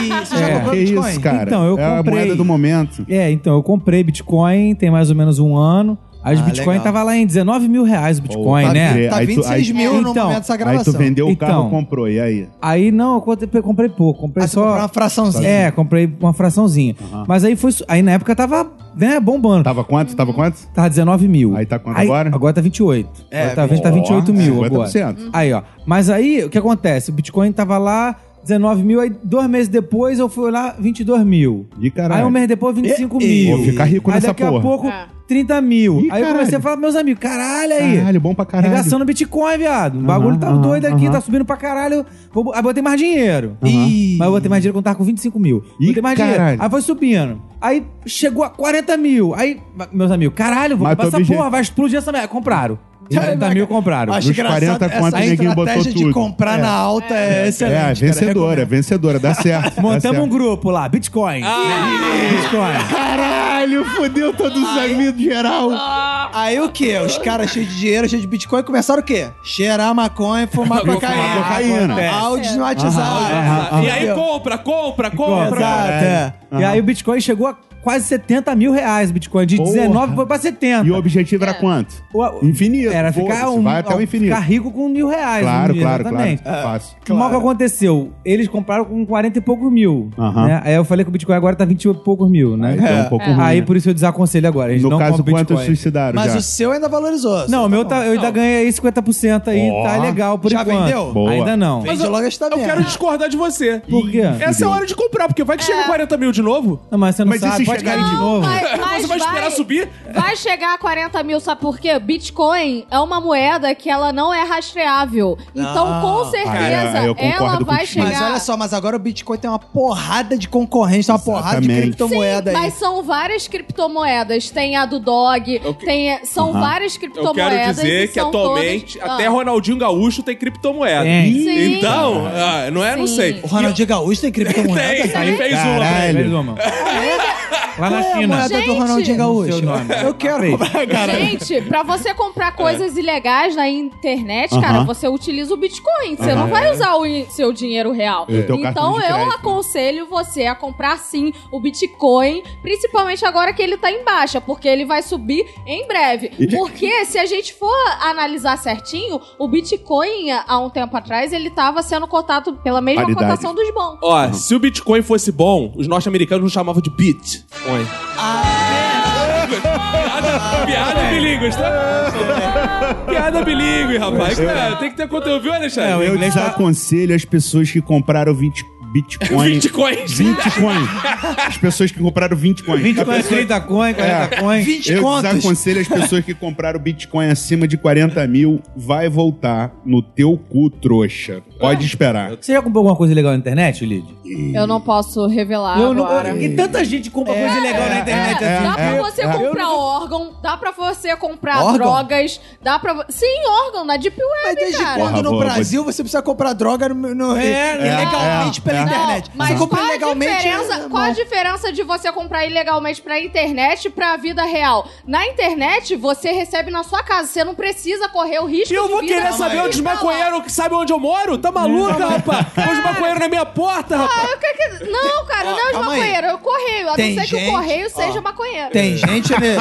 Ah, você já
É.
comprou
Que
Bitcoin?
isso, cara?
Então, eu
é a
comprei.
moeda do momento.
É, então, eu comprei Bitcoin tem mais ou menos um ano. As
Ah,
Bitcoin
legal.
tava lá em 19 mil reais o Bitcoin,
Pô, tá
né?
direto.
Tá
Aí tu-
26
aí-
mil no
Então,
momento dessa
Aí tu
gravação.
vendeu o
Então.
carro, comprou. E aí?
Aí não, eu conte- eu comprei pouco, comprei
Ah, tu
só.
comprou uma fraçãozinha.
É, comprei uma fraçãozinha. Mas aí foi. su- Aí na época tava, né, bombando.
Tava quanto? Tava quanto?
Tava 19 mil.
Tá. Aí tá quanto agora?
Agora tá 28.
É,
agora tá, vinte- tá 28 mil agora.
50%.
Aí, ó. Mas aí, o que acontece? O Bitcoin tava lá, 19 mil. Aí, dois meses depois, eu fui lá, 22 mil.
Ih, caralho.
Aí, um mês depois, 25
E-
mil.
Vou ficar rico
aí,
nessa
daqui
porra.
a pouco,
É.
30 mil.
Ih,
aí, eu comecei
caralho.
a falar pros meus amigos, caralho aí.
Caralho, bom pra caralho.
Regaçando Bitcoin, viado. O bagulho tá
aham,
doido aqui,
aham.
tá subindo pra caralho. Vou, bo- aí botei mais dinheiro.
Ih.
Mas eu botei mais dinheiro quando tava com 25 mil.
Ih,
botei mais
caralho.
dinheiro. Aí foi subindo. Aí chegou a 40 mil. Aí, ma- meus amigos, caralho, vou
Matou
comprar essa
objeto.
porra, vai explodir essa merda. Compraram.
Caraca.
40 mil compraram.
Acho
Dos
engraçado
40
essa
quanto o neguinho botou
estratégia de
tudo.
comprar
É.
na alta é, excelente.
É,
cara.
vencedora, vencedora, dá Tá certo.
Montamos um
grupo.
grupo lá, Bitcoin. Bitcoin.
Caralho, fodeu todos os amigos geral.
Ah.
Aí o quê? Os caras cheios de dinheiro, cheios de Bitcoin, começaram o quê? Cheirar maconha, fumar
Fumar
cocaína.
cocaína.
Áudios no
Aham,
WhatsApp.
aham,
e aí,
Entendeu?
compra, compra, compra.
Exato, é.
E aí o Bitcoin chegou a quase 70 mil reais. o Bitcoin de
Porra.
19 foi pra 70.
E o objetivo era quanto?
O-
Infinito.
Era ficar,
Foda-se,
um,
vai até o infinito.
ficar rico com mil reais.
Claro,
um dia,
claro, É,
exatamente. Ah.
claro. Fácil.
Mal que aconteceu, eles compraram com 40 e poucos mil.
Aham.
né? Aí eu falei que o Bitcoin agora tá 20 e poucos mil, né?
Aí deu um pouco ruim,
Aí
né?
por isso eu desaconselho agora. Eles
No
não
caso,
compram
quantos
Bitcoin.
suicidaram
Mas
já?
o seu ainda valorizou.
Não, o
seu
meu
bom.
tá, eu ainda ganhei aí 50% aí,
Ó.
tá legal por
Já
enquanto.
vendeu?
Boa.
Ainda não.
Vende logo esta
Eu
merda.
quero discordar de você.
Por quê?
Essa é a hora de comprar, porque vai que chega 40 mil de novo.
Não, mas você não
Mas e
sabe,
se
pode
chegarem
cair de
de
novo.
Mas, mas
é Você vai esperar subir?
Vai chegar a 40 mil, sabe por quê? Bitcoin é uma moeda que ela não é rastreável. Então,
Não.
com certeza,
Ah, eu concordo
ela vai
contigo.
chegar.
Mas olha só, mas agora o Bitcoin tem uma porrada de concorrência, uma porrada de
Exatamente.
criptomoeda aí.
Mas são várias criptomoedas. Tem a do dog,
Eu que-
tem, são várias
Eu
criptomoedas.
quero dizer
e
que
são
atualmente
todas-
até
Ah.
Ronaldinho Gaúcho tem criptomoeda.
Tem.
Sim.
Então, ah, não é? Não
Sim.
sei.
O Ronaldinho Gaúcho tem criptomoeda?
Tem,
cara?
ele fez uma.
Caralho.
Peraí, mais uma.
Lá na
Qual é a
China.
moeda do
Gente!
Ronaldinho Gaúcho?
Não sei o nome.
Eu quero comprar, cara.
Gente, pra você comprar coisas ilegais na internet,
É. Aham.
cara, você utiliza o Bitcoin. Você não vai usar o i- seu dinheiro real.
E o É. teu cartão
Então
de
eu
crédito.
aconselho você a comprar sim o Bitcoin, principalmente agora que ele tá em baixa, porque ele vai subir em breve. Porque se a gente for analisar certinho, o Bitcoin há um tempo atrás ele tava sendo cotado pela mesma
Paridade.
cotação dos bancos.
Ó, se o Bitcoin fosse bom, os norte-americanos não chamavam de Bitcoin. Ah, piada, piada bilíngue, tá? Piada bilíngue, rapaz. Cara, tem que ter conteúdo, viu, Alexandre?
é,
Eu
tá-
desaconselho as pessoas que compraram 20 Bitcoin.
20 coins.
20 coin. As pessoas que compraram 20 coin.
20
A
coin,
pessoa- É.
30 é coin, 40 coin.
20
Eu
contas.
desaconselho as pessoas que compraram Bitcoin acima de 40 mil. Vai voltar no teu cu, trouxa. Pode esperar.
Você já comprou alguma coisa legal na internet, Lid?
Eu não posso revelar agora.
E tanta gente compra coisa legal
né?
na internet assim.
É, dá pra
Eu-
você
eu-
comprar órgão, dá pra você comprar
Órgão?
drogas, dá pra. vo- Sim, órgão, na Deep Web,
Mas desde
É, cara. É,
quando
Porra,
no
boa,
Brasil você precisa comprar droga no, no, ilegalmente
é,
pela
é.
internet?
Não, mas
você compra
qual,
ilegalmente.
a diferença,
é
qual a
mal.
diferença de você comprar ilegalmente pra internet e pra vida real? Na internet, você recebe na sua casa, você não precisa correr o risco
E eu
de
vou
vida
querer saber onde os maconheiros que sabem onde eu moro? Tá maluco, rapaz? Tem Os maconheiros na minha
Ah,
porta, rapaz.
Eu quero que- Não, cara, não é os
Ah, calma aí.
maconheiros, é o correio. A
Tem
não ser que
gente-
o correio seja
ó,
maconheiro.
Tem gente, né?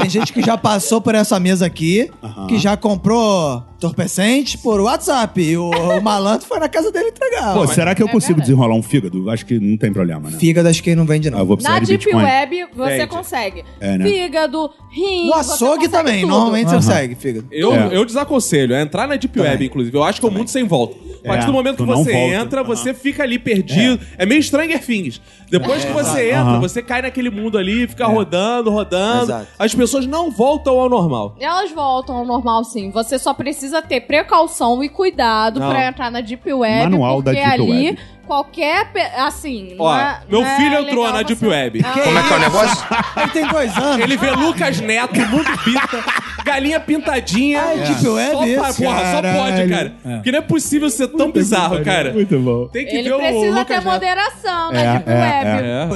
Tem gente que já passou por essa mesa aqui, que já comprou torpecente por WhatsApp. E o, o malandro foi na casa dele entregar.
Pô,
Pô,
será que eu consigo desenrolar um fígado? Acho que não tem problema, né?
é Fígado acho que não vende,
Ah, eu
não.
vou
Na
precisar de
Deep
Bitcoin.
Web, você
Entendi.
consegue.
É, né?
Fígado, rim.
O
você
açougue
consegue
também.
tudo.
Normalmente você
Aham.
consegue, fígado.
Eu,
É.
eu desaconselho, é entrar na Deep Web, inclusive. Eu acho que é o mundo sem volta. A partir
É,
do momento que
tu não
você
volta.
entra, você fica ali perdido. É, meio Stranger Things. Depois que você entra,
Aham.
você cai naquele mundo ali, fica rodando, rodando.
Exato.
As pessoas não voltam ao normal.
Elas voltam ao normal, sim. Você só precisa ter precaução e cuidado
Não.
pra entrar na Deep Web,
Manual da
porque
Deep
ali
Web.
qualquer. pe- Assim.
Ó,
não é-
meu
não é
filho entrou
legal
na Deep
você-
Web.
Ah,
Que
Como é que é o negócio?
Ele tem dois anos.
Ele vê Lucas Neto, mundo pinta, galinha pintadinha.
Ai, Deep Web
só,
é
pra-
isso.
Porra, só pode,
Caralho.
cara. Porque não é possível ser tão bizarro, cara.
Muito bom.
Tem que
Ele
ver o
precisa
Lucas né?
ter
Neto.
moderação na
É,
Deep
é,
Web.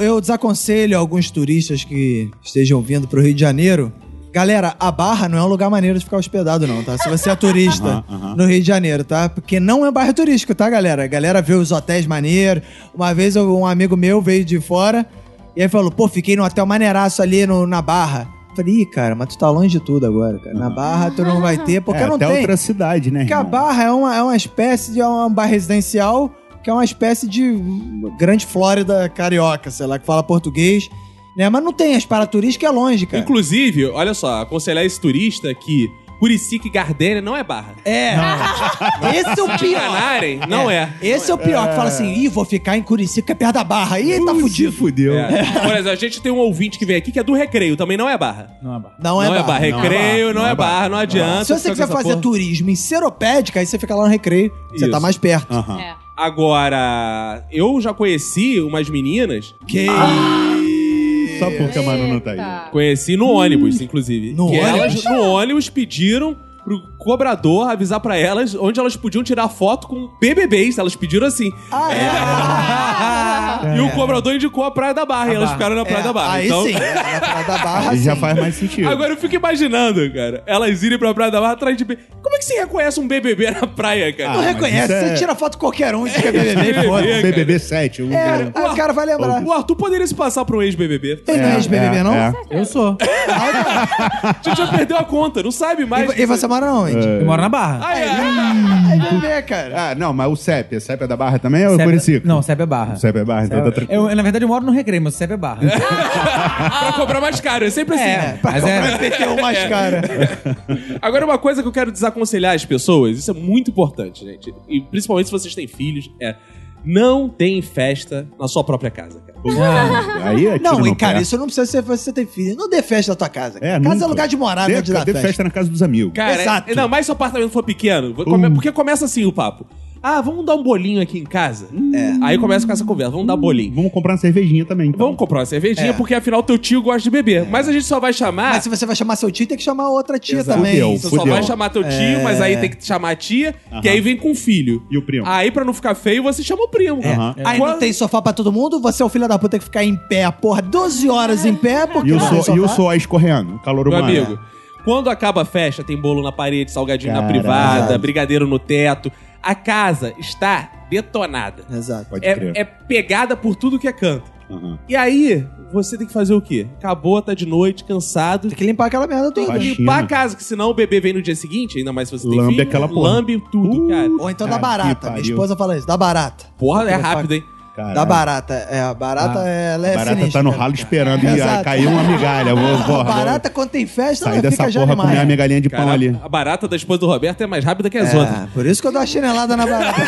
É.
Eu desaconselho alguns turistas que estejam vindo pro Rio de Janeiro. Galera, a Barra não é um lugar maneiro de ficar hospedado, não, tá? Se você é turista
Aham, aham.
no Rio de Janeiro, tá? Porque não é um bairro turístico, tá, galera? A galera vê os hotéis maneiros. Uma vez eu- um amigo meu veio de fora e aí falou: pô, fiquei num hotel maneiraço ali no- na Barra. Eu Falei, Ih, cara, mas tu tá longe de tudo agora, cara. Na Barra tu não vai ter, porque
é,
não
até
tem.
outra cidade, né,
Porque a
irmão?
Barra é uma, é uma espécie de é um bar residencial que é uma espécie de grande Flórida carioca, sei lá, que fala português, né? Mas não tem, as paraturistas que é longe, cara.
Inclusive, olha só, aconselhar esse turista que Curicica e Gardênia não é barra.
É. Esse é o
Se
pior.
enganarem, não é.
Esse é o pior, que fala assim, ih, vou ficar em Curicica, é perto da Barra. Ih, tá fudido.
fudeu.
É. Por exemplo, a gente tem um ouvinte que vem aqui que é do recreio, também não é barra.
Não, é barra.
Não é, barra.
Recreio não é barra, não adianta.
Se você
ficar
quiser
com essa
fazer
porra.
turismo em Seropédica, aí você fica lá no Recreio, você
Isso.
tá mais perto.
Aham.
É.
Agora, eu já conheci umas meninas,
Que É.
Só porque a Manu não tá aí.
Eita.
conheci no ônibus, inclusive.
Hum. No
que
ônibus?
elas no ônibus pediram pro cobrador avisar pra elas onde elas podiam tirar foto com BBBs. Elas pediram assim.
Ah, é.
Ah,
E o cobrador indicou a Praia da Barra, e elas ficaram na Praia
É,
da Barra.
Aí
então,
sim, na Praia da Barra,
Aí
Ah, sim.
já faz mais sentido.
Agora eu fico imaginando, cara, elas irem pra Praia da Barra atrás de. B- Como é que você reconhece um BBB na praia,
Ah,
cara?
Não
mas
reconhece,
isso
você
é-
tira foto de qualquer um, diz que é BBB, foda.
cara.
BBB 7. um-
É, aí o cara vai lembrar.
O Arthur poderia se passar por um ex-BBB.
Tem não é de BBB, não?
é.
Eu sou.
A gente já perdeu a conta, não sabe mais.
E, e você mora onde?
É.
Eu moro na Barra.
Ai, ai.
É BBB, cara.
Ah, não, mas o CEP. O CEP é da Barra também ou é
Sebe-
Curicica?
Não, Sebe é Barra.
O CEP é Barra, então tá tranquilo.
Eu, na verdade, eu moro no Recreio, mas o CEP é Barra.
Ah.
pra cobrar mais caro, é sempre assim.
É, mas
Pra
é...
PT o mais cara.
Agora, uma coisa que eu quero desaconselhar as pessoas, isso é muito importante, gente. E principalmente se vocês têm filhos, é. Não tem festa na sua própria casa, cara. Ah.
Aí é tiro
Não, e
no
cara,
pé.
isso não precisa ser você tem filho. Não dê festa na tua casa.
É,
casa
nunca.
é lugar de morar,
Dê-
não é de dar
dê
festa.
festa na casa dos amigos.
Cara, é-
Exato. Hum.
Ainda mais se o apartamento for pequeno. Come- Porque começa assim o papo. Ah, vamos dar um bolinho aqui em casa?
Hum.
É. Aí começa com essa conversa, vamos dar bolinho.
Vamos comprar uma cervejinha também. Então.
Vamos comprar uma cervejinha,
É.
porque afinal teu tio gosta de beber. Mas a gente só vai chamar.
Mas se você vai chamar seu tio, tem que chamar outra tia também.
Fudeu,
Você só
fudeu.
vai chamar teu tio,
É.
mas aí tem que chamar a tia, que
Aham.
aí vem com o filho.
E o primo.
Ah,
Aí, pra não ficar feio, você chama o primo.
É.
Aham.
Aí
Quando-
não tem sofá pra todo mundo, você é o filho da puta que fica em pé, porra, 12 horas em pé, porque
E eu
não tem
sou, e eu
sofá.
sou a escorreando, calor
Meu
humano.
amigo, quando acaba a festa, tem bolo na parede, salgadinho na
Caralho.
privada, brigadeiro no teto. A casa está detonada.
Exato.
Pode crer. Uhum.
É, é pegada por tudo que é canto.
Aham.
E aí, você tem que fazer o quê? Acabou, tá de noite, cansado.
Tem que limpar aquela merda toda.
Tem que
Faxina.
limpar a casa, que senão o bebê vem no dia seguinte, ainda mais se você tem
Lambe
filho,
aquela porra.
Lambe tudo,
Uh,
cara.
Ou então
Cara,
dá
que
barata. Minha
pariu.
esposa fala isso, dá barata.
Porra, é rápido, hein?
Caralho.
Dá barata. É, a barata, ela é
Ah, A barata
sinistra,
tá no
cara.
ralo esperando
É,
e
exato.
ah, caiu uma migalha. Vou,
A
porra,
Ah, barata, quando tem festa,
sair
ela
dessa
fica já
porra, comer
animada.
uma migalhinha de pão
Cara,
ali.
a barata da esposa do Roberto é mais rápida que as outras.
É, por isso que eu dou a chinelada na barata.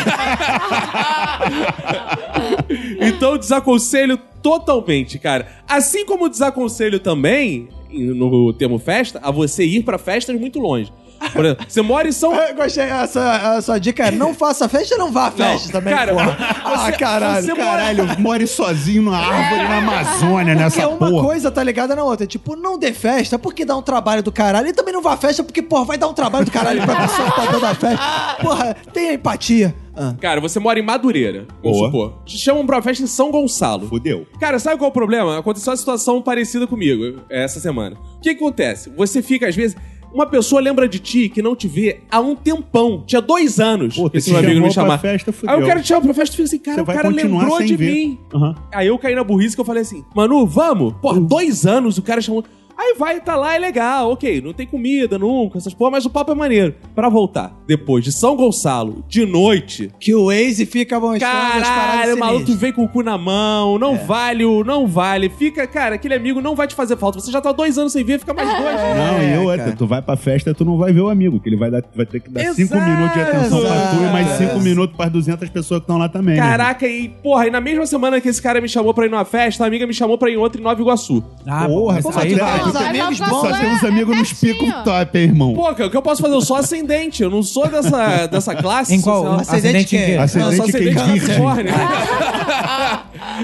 Então eu desaconselho totalmente, cara. Assim como desaconselho também, no termo festa, a você ir pra festas muito longe. Por exemplo, você mora em São...
Eu Gostei. A sua, a sua dica é não faça festa, não vá à festa também,
cara,
porra.
você-
ah, caralho. É.
você mora-
Caralho, more sozinho na árvore na Amazônia
Porque
nessa
uma
porra.
coisa tá ligada na outra. Tipo, não dê festa porque dá um trabalho do caralho. E também não vá à festa porque, porra, vai dar um trabalho do caralho pra pessoa que tá dando a festa. Porra, tenha empatia. Ah.
Cara, você mora em Madureira, vamos
Boa.
supor. Te chamam pra uma festa em São Gonçalo.
Fudeu.
Cara, sabe qual é o problema? Aconteceu uma situação parecida comigo eh, essa semana. O que, que acontece? Você fica, às vezes, uma pessoa lembra de ti que não te vê há um tempão. Tinha dois anos
Puta,
que esse
te
meu amigo não
chamou
me
pra
chamar.
festa,
Aí o
fudeu.
cara te chama pra festa e fica assim, cara,
Você
o
vai
cara
continuar
lembrou
sem
de
ver.
mim.
Aham.
Aí eu caí na burrice que eu falei assim, Manu, vamos?
Hum.
Pô, dois anos o cara chamou. Aí vai, tá lá, é legal, ok, não tem comida nunca, essas porra, mas o papo é maneiro. Pra voltar, depois de São Gonçalo, de noite,
Que o Waze fica mostrando as paradas
Caralho, o maluco
sinistras.
vem com o cu na mão,
É.
não vale, o- não vale. Fica, cara, aquele amigo não vai te fazer falta. Você já tá dois anos sem ver, fica mais dois.
Não, e eu,
É, cara.
tu vai pra festa, tu não vai ver o amigo, que ele vai, dar, vai ter que dar cinco
Exato.
minutos de atenção pra tu e mais cinco
Exato.
minutos pras 200 pessoas que estão lá também. né?
Caraca, e porra, e na mesma semana que esse cara me chamou pra ir numa festa, a amiga me chamou pra ir em outra em Nova Iguaçu.
Ah,
Porra,
mas
pô,
aí-
tu-
Ah,
tu
os
tem-
amigos
Nova
bons,
Só
Iguaçu
tem uns
é- é
amigos nos picos
pertinho.
top, hein, irmão.
Pô, cara, o que eu posso fazer? Eu sou ascendente, eu não sou dessa, dessa classe.
Em qual?
social.
Acidente
Acidente
em quê?
que-
Eu sou
Ascendente quem né?
ascendente
virgem.
Capricórnio.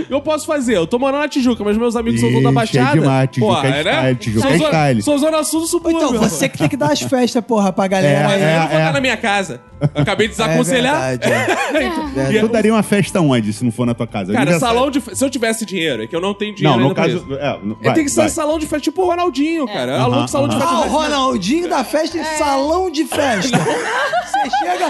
Eu posso fazer, eu tô morando na Tijuca, mas meus amigos são todos da
Ih,
Baixada.
cheio demais, Tijuca
Porra,
é style, Tijuca
Sou
é
zona-
style.
Sou zona sul do subúrbio.
Então, você que tem que dar as festas, porra, pra galera.
Mas
É,
eu não vou
é.
estar na minha casa. Eu acabei de desaconselhar.
verdade, é.
E é-
Tu daria uma festa onde, se não for na tua casa?
Cara,
Aniversário.
salão de festa. Se eu tivesse dinheiro, é que eu não tenho dinheiro
Não, no
ainda pra
caso.
isso.
É,
É,
vai,
tem que ser
vai.
salão de festa, tipo o Ronaldinho,
É.
cara. Aluno
Aham,
de salão de
aham.
festa.
Ah, o Ronaldinho da festa
É.
em salão de festa. Você chega,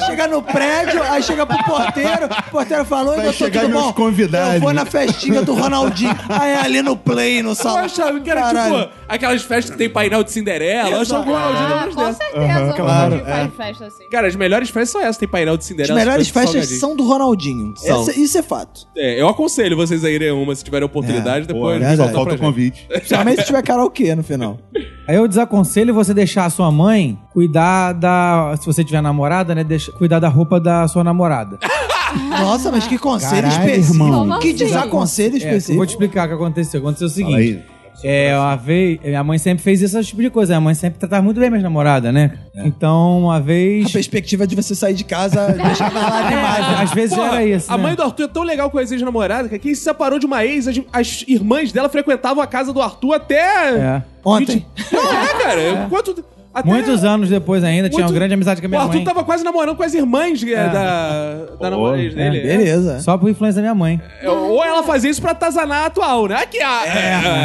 você chega no prédio, aí chega pro porteiro, o porteiro falou,
Vai
eu tô
chegar
tudo
meus
bom.
convidados.
Eu vou na festinha do Ronaldinho. Aí é ali no play, no
Eu
salão.
achava que era
Caralho.
tipo aquelas festas que tem painel de Cinderela. Eu achava que é o Ronaldinho era
Ah,
umas
com
dessas.
certeza.
um
Aham, é.
Uhum,
claro,
claro, faz festa assim.
Cara, as melhores festas são essas. Tem painel de
As
Cinderela.
melhores
festa de
festas
salgadinho.
são do Ronaldinho.
São.
Essa- isso é fato.
É, eu aconselho vocês a irem a uma se tiverem oportunidade.
É, Pô,
depois
verdade.
só
conta
falta
pra gente. É
o convite.
Principalmente se tiver karaokê no final.
Aí eu desaconselho você deixar a sua mãe cuidar da. Se você tiver namorada, né? Deixa, cuidar da roupa da sua namorada.
Nossa, mas que conselho
Caralho,
específico.
irmão.
Que
Como assim?
É,
desaconselho
eu
específico.
vou te explicar o que aconteceu. Aconteceu o
Fala
seguinte.
aí.
É, uma vez. Minha mãe sempre fez esse tipo de coisa. Minha mãe sempre tratava muito bem minha namorada, né?
É.
Então, uma
A
vez.
perspectiva de você sair de casa deixava ela animada.
Às vezes
É, Porra,
era isso.
a
né?
mãe do Arthur é tão legal com a ex-namorada que quem se separou de uma ex, as, as irmãs dela frequentavam a casa do Arthur até.
É.
Ontem.
Não é, cara. Quanto. Até...
Muitos anos depois ainda, tinha uma
Muito-
grande amizade com a
O
minha
Arthur
mãe.
tava quase namorando com as irmãs é,
É.
da, da namorada
é,
dele.
Beleza.
Só por influência da minha mãe.
É, Ou ela fazia isso pra atazanar a atual, né? Aqui, ah,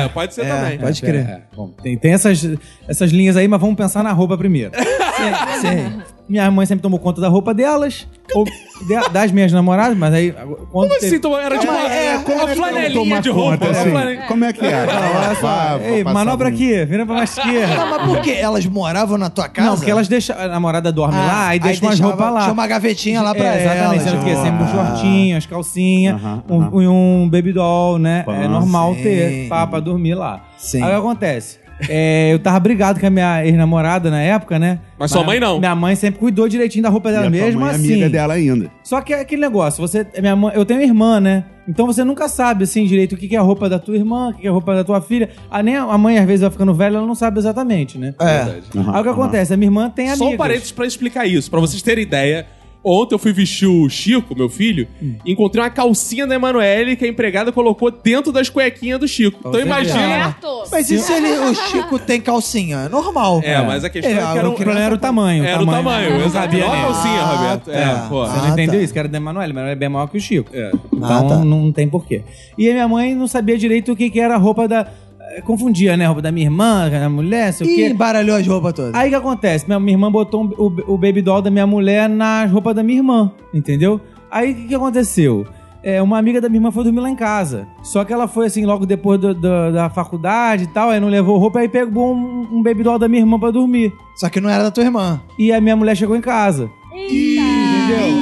é, é, pode ser também.
pode crer.
É, bom, tem tem essas, essas linhas aí, mas vamos pensar na roupa primeiro. Sim, sim. Minha mãe sempre tomou conta da roupa delas, ou de- das minhas namoradas, mas aí. Quando
Como assim?
teve-
então, Era tipo uma,
é,
uma flanelinha
Tomar
de roupa. né, um
conta,
uma
assim.
flane-
Como é que é?
Não, olha só.
Vá, vou
Ei,
passar
manobra
um-
aqui, vira pra mais
Não,
esquerda.
mas por quê? Elas moravam na tua casa?
Não, porque elas deixam. A namorada dorme
Ah,
lá e deixam as
deixava-
roupas lá.
Tinha uma gavetinha lá Ah, pra
é, exatamente,
elas.
sendo que é sempre um shortinho, as calcinhas,
Aham,
um-
aham.
um, baby doll, né? é
Ah,
normal
sim.
ter pá pra dormir lá.
Sim.
Aí o que acontece? É, eu tava brigado com a minha ex-namorada na época, né?
Mas sua mãe não.
Minha mãe sempre cuidou direitinho da roupa
E a
dela,
tua
mesmo
mãe é
assim.
amiga dela ainda.
Só que é aquele negócio, você, minha mãe, eu tenho irmã, né? Então você nunca sabe, assim, direito o que que é a roupa da tua irmã, o que que é a roupa da tua filha. Ah, nem a mãe, às vezes, vai ficando velha, ela não sabe exatamente, né?
É.
Aham,
Aí o que
aham.
acontece? A minha irmã tem amigas.
Só um parênteses pra explicar isso, pra vocês terem ideia Ontem eu fui vestir o Chico, meu filho, e encontrei uma calcinha da Emanuele que a empregada colocou dentro das cuequinhas do Chico. Então
você
imagina.
Certo.
Mas e se ele, o Chico tem calcinha? Normal.
É, mas a questão é, que era,
o problema era o tamanho.
Era o tamanho,
Eu não
exato.
sabia
Não a
nem.
calcinha, Roberto.
tá.
É, pô.
Você não
Ah,
entendeu
tá.
isso? Que era da Emanuele. Emanuele é bem maior que o Chico.
É.
Então
Ah, tá.
não tem porquê. E a minha mãe não sabia direito o que, que era a roupa da. eh, Confundia, né? A roupa da minha irmã, da mulher, sei o
Ih,
quê.
embaralhou as roupas todas.
Aí o que acontece? Minha, minha irmã botou um- o, o baby doll da minha mulher na roupa da minha irmã, entendeu? Aí o que, que aconteceu? É, uma amiga da minha irmã foi dormir lá em casa. Só que ela foi assim, logo depois do- do- da faculdade e tal, aí não levou roupa, aí pegou um, um baby doll da minha irmã pra dormir.
Só que não era da tua irmã.
E a minha mulher chegou em casa.
Entendeu?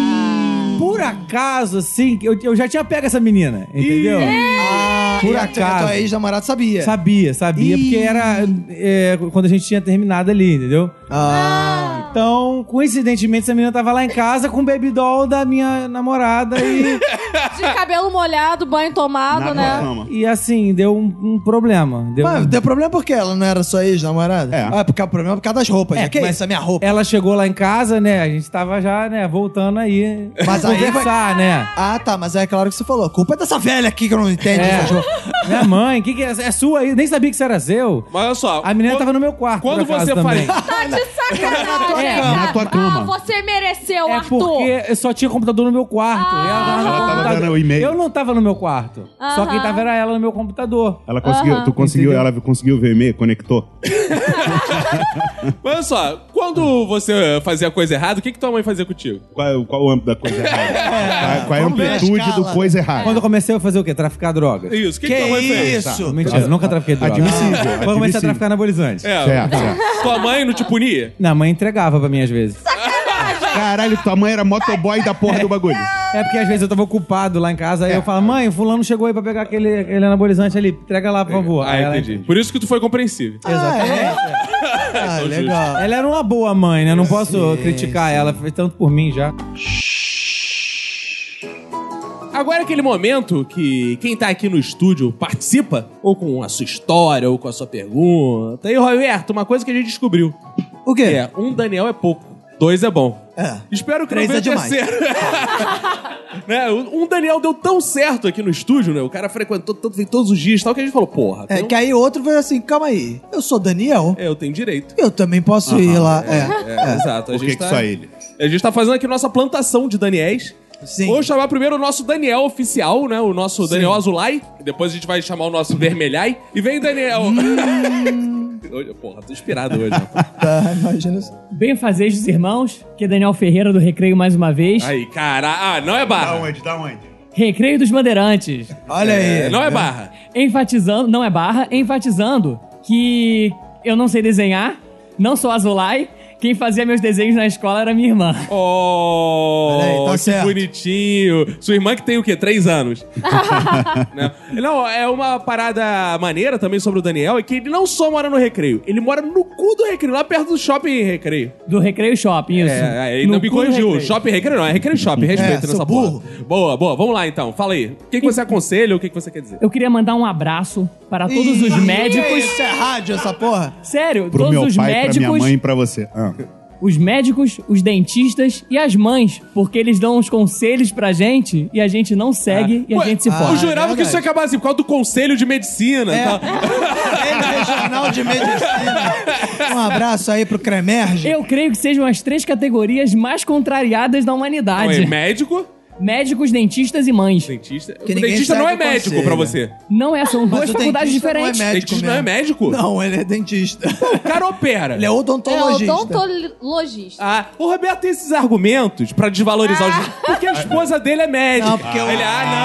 Por acaso, assim, eu, eu já tinha pego essa menina, entendeu?
Ah,
Por
e a tua-
acaso.
A tua ex-namorada sabia.
Sabia, sabia,
Ih.
porque era é, quando a gente tinha terminado ali, entendeu?
Ah.
Então, coincidentemente, essa menina tava lá em casa com o baby doll da minha namorada e,
De cabelo molhado, banho tomado,
Na
né?
cama.
e assim, deu um, um problema. Deu
Mas
um-
deu problema porque ela não era sua ex-namorada?
É.
Ah, porque o problema é por causa das roupas.
É,
né? que
mas-
isso? É minha roupa.
Ela chegou lá em casa, né? A gente tava já, né, voltando aí
Mas aí
conversar, né?
Ah, tá, mas é claro que você falou. A culpa é dessa velha aqui que eu não entendo.
É.
essas roupas.
Minha mãe, que que é, é sua aí? Nem sabia que isso era seu.
Mas olha só.
A menina
quando-
tava no meu quarto.
Quando
por acaso,
você
também.
faz.
Tá de sacanagem.
É,
cara.
na tua cama.
Ah, você mereceu,
É
Arthur. Ah.
porque só tinha computador no meu quarto. e ela tava no
Ela tava
computador.
vendo o e-mail.
Eu não tava no meu quarto. Só
Aham.
quem tava era ela no meu computador.
Ela conseguiu, tu conseguiu,
Entendeu?
ela conseguiu ver e-mail, conectou.
Mas olha só, quando você fazia coisa errada, o que, que tua mãe fazia contigo?
Qual, qual é o âmbito da coisa errada? Qual- qual é a
vamos ver a
amplitude
escala.
do coisa errada?
Quando eu comecei a fazer o quê? Traficar drogas.
Isso, o que, que, tua mãe fez?
isso?
Mentira, eu nunca trafiquei droga.
Admissível,
Quando eu comecei a
admissível.
traficar anabolizantes.
É.
Certo, certo.
Tua mãe não te punia?
Minha mãe entregava pra mim às vezes.
Caralho, tua mãe era motoboy da porra do bagulho.
É porque às vezes eu tava ocupado lá em casa, aí eu falava, mãe, o fulano chegou aí pra pegar aquele, aquele anabolizante ali, entrega lá, por favor.
Ah,
Aí ela-
entendi. Por isso que tu foi compreensível.
Exatamente. é? Ah,
Então,
legal.
Ela era uma boa mãe, né? Não posso criticar ela, fez tanto por mim já.
Agora é aquele momento que quem tá aqui no estúdio participa, ou com a sua história, ou com a sua pergunta. E, Roberto, uma coisa que a gente descobriu.
O quê?
que é, um Daniel é pouco, dois é bom.
É.
Espero que
Três
não
é
venha
demais.
terceiro. né? Um Daniel deu tão certo aqui no estúdio, né? O cara frequentou tanto, veio todos os dias e tal, que a gente falou, porra,
É
tem um-
que aí outro veio assim, calma aí, eu sou Daniel,
é, eu tenho direito.
eu também posso ir lá. É.
É, exato. A
Por
gente
que, que
tá...
só ele?
A gente tá fazendo aqui nossa plantação de Daniels.
Sim.
Vou chamar primeiro o nosso Daniel oficial, né? O nosso Daniel Azulay. Depois a gente vai chamar o nosso Vermelhai. E vem, Daniel! Hoje- Porra, tô inspirado hoje. né?
Tá, imagina isso.
Bem fazejos irmãos, que é Daniel Ferreira do Recreio mais uma vez.
Aí, cara. Ah, não é barra.
onde? Da onde?
Recreio dos Bandeirantes.
Olha aí.
Não é barra.
Enfatizando, não é barra, enfatizando que eu não sei desenhar, não sou azulai. Quem fazia meus desenhos na escola era minha irmã.
Oh,
Olha aí, tá
que
certo.
bonitinho. Sua irmã que tem o quê? Três anos. Né? Não, é uma parada maneira também sobre o Daniel, é que ele não só mora no recreio, ele mora no cu do recreio, lá perto do shopping recreio.
Do Recreio Shopping, isso.
É, é, ele
No
não me
cu do
corrigiu.
recreio.
Shopping recreio não, é recreio shopping. Respeito
É, sou
nessa
burro.
porra. Boa, boa. Vamos lá então. Fala aí. O que, que você aconselha? O que, que você quer dizer?
Eu queria mandar um abraço para todos
Ih,
os médicos.
Isso é rádio, essa porra.
Sério,
Pro
todos
meu
os
pai, pra minha
médicos,
mãe e pra você. Ah.
os médicos, os dentistas e as mães, porque eles dão os conselhos pra gente e a gente não segue e a
Ué,
gente se
ah,
forma.
eu jurava
é
que isso ia
verdade.
acabar assim, por causa do conselho de medicina.
É.
tá?
Ele é regional de medicina. Um abraço aí pro Cremerge.
Eu creio que sejam as três categorias mais contrariadas da
Não, é
humanidade:
médico,
médicos, dentistas e mães.
dentista.
Que
o
ninguém
dentista não é
segue o
médico
conselho.
pra você.
Não é, são
Mas
duas
o
faculdades
dentista não é
diferentes.
médico
dentista não é
mesmo.
médico?
Não, ele é dentista.
O cara opera.
Ele é
É
odontologista.
odontologista.
Ah, o Roberto tem esses argumentos pra desvalorizar os Porque a esposa dele é médica.
Ah. Não, porque o-
ele, ah,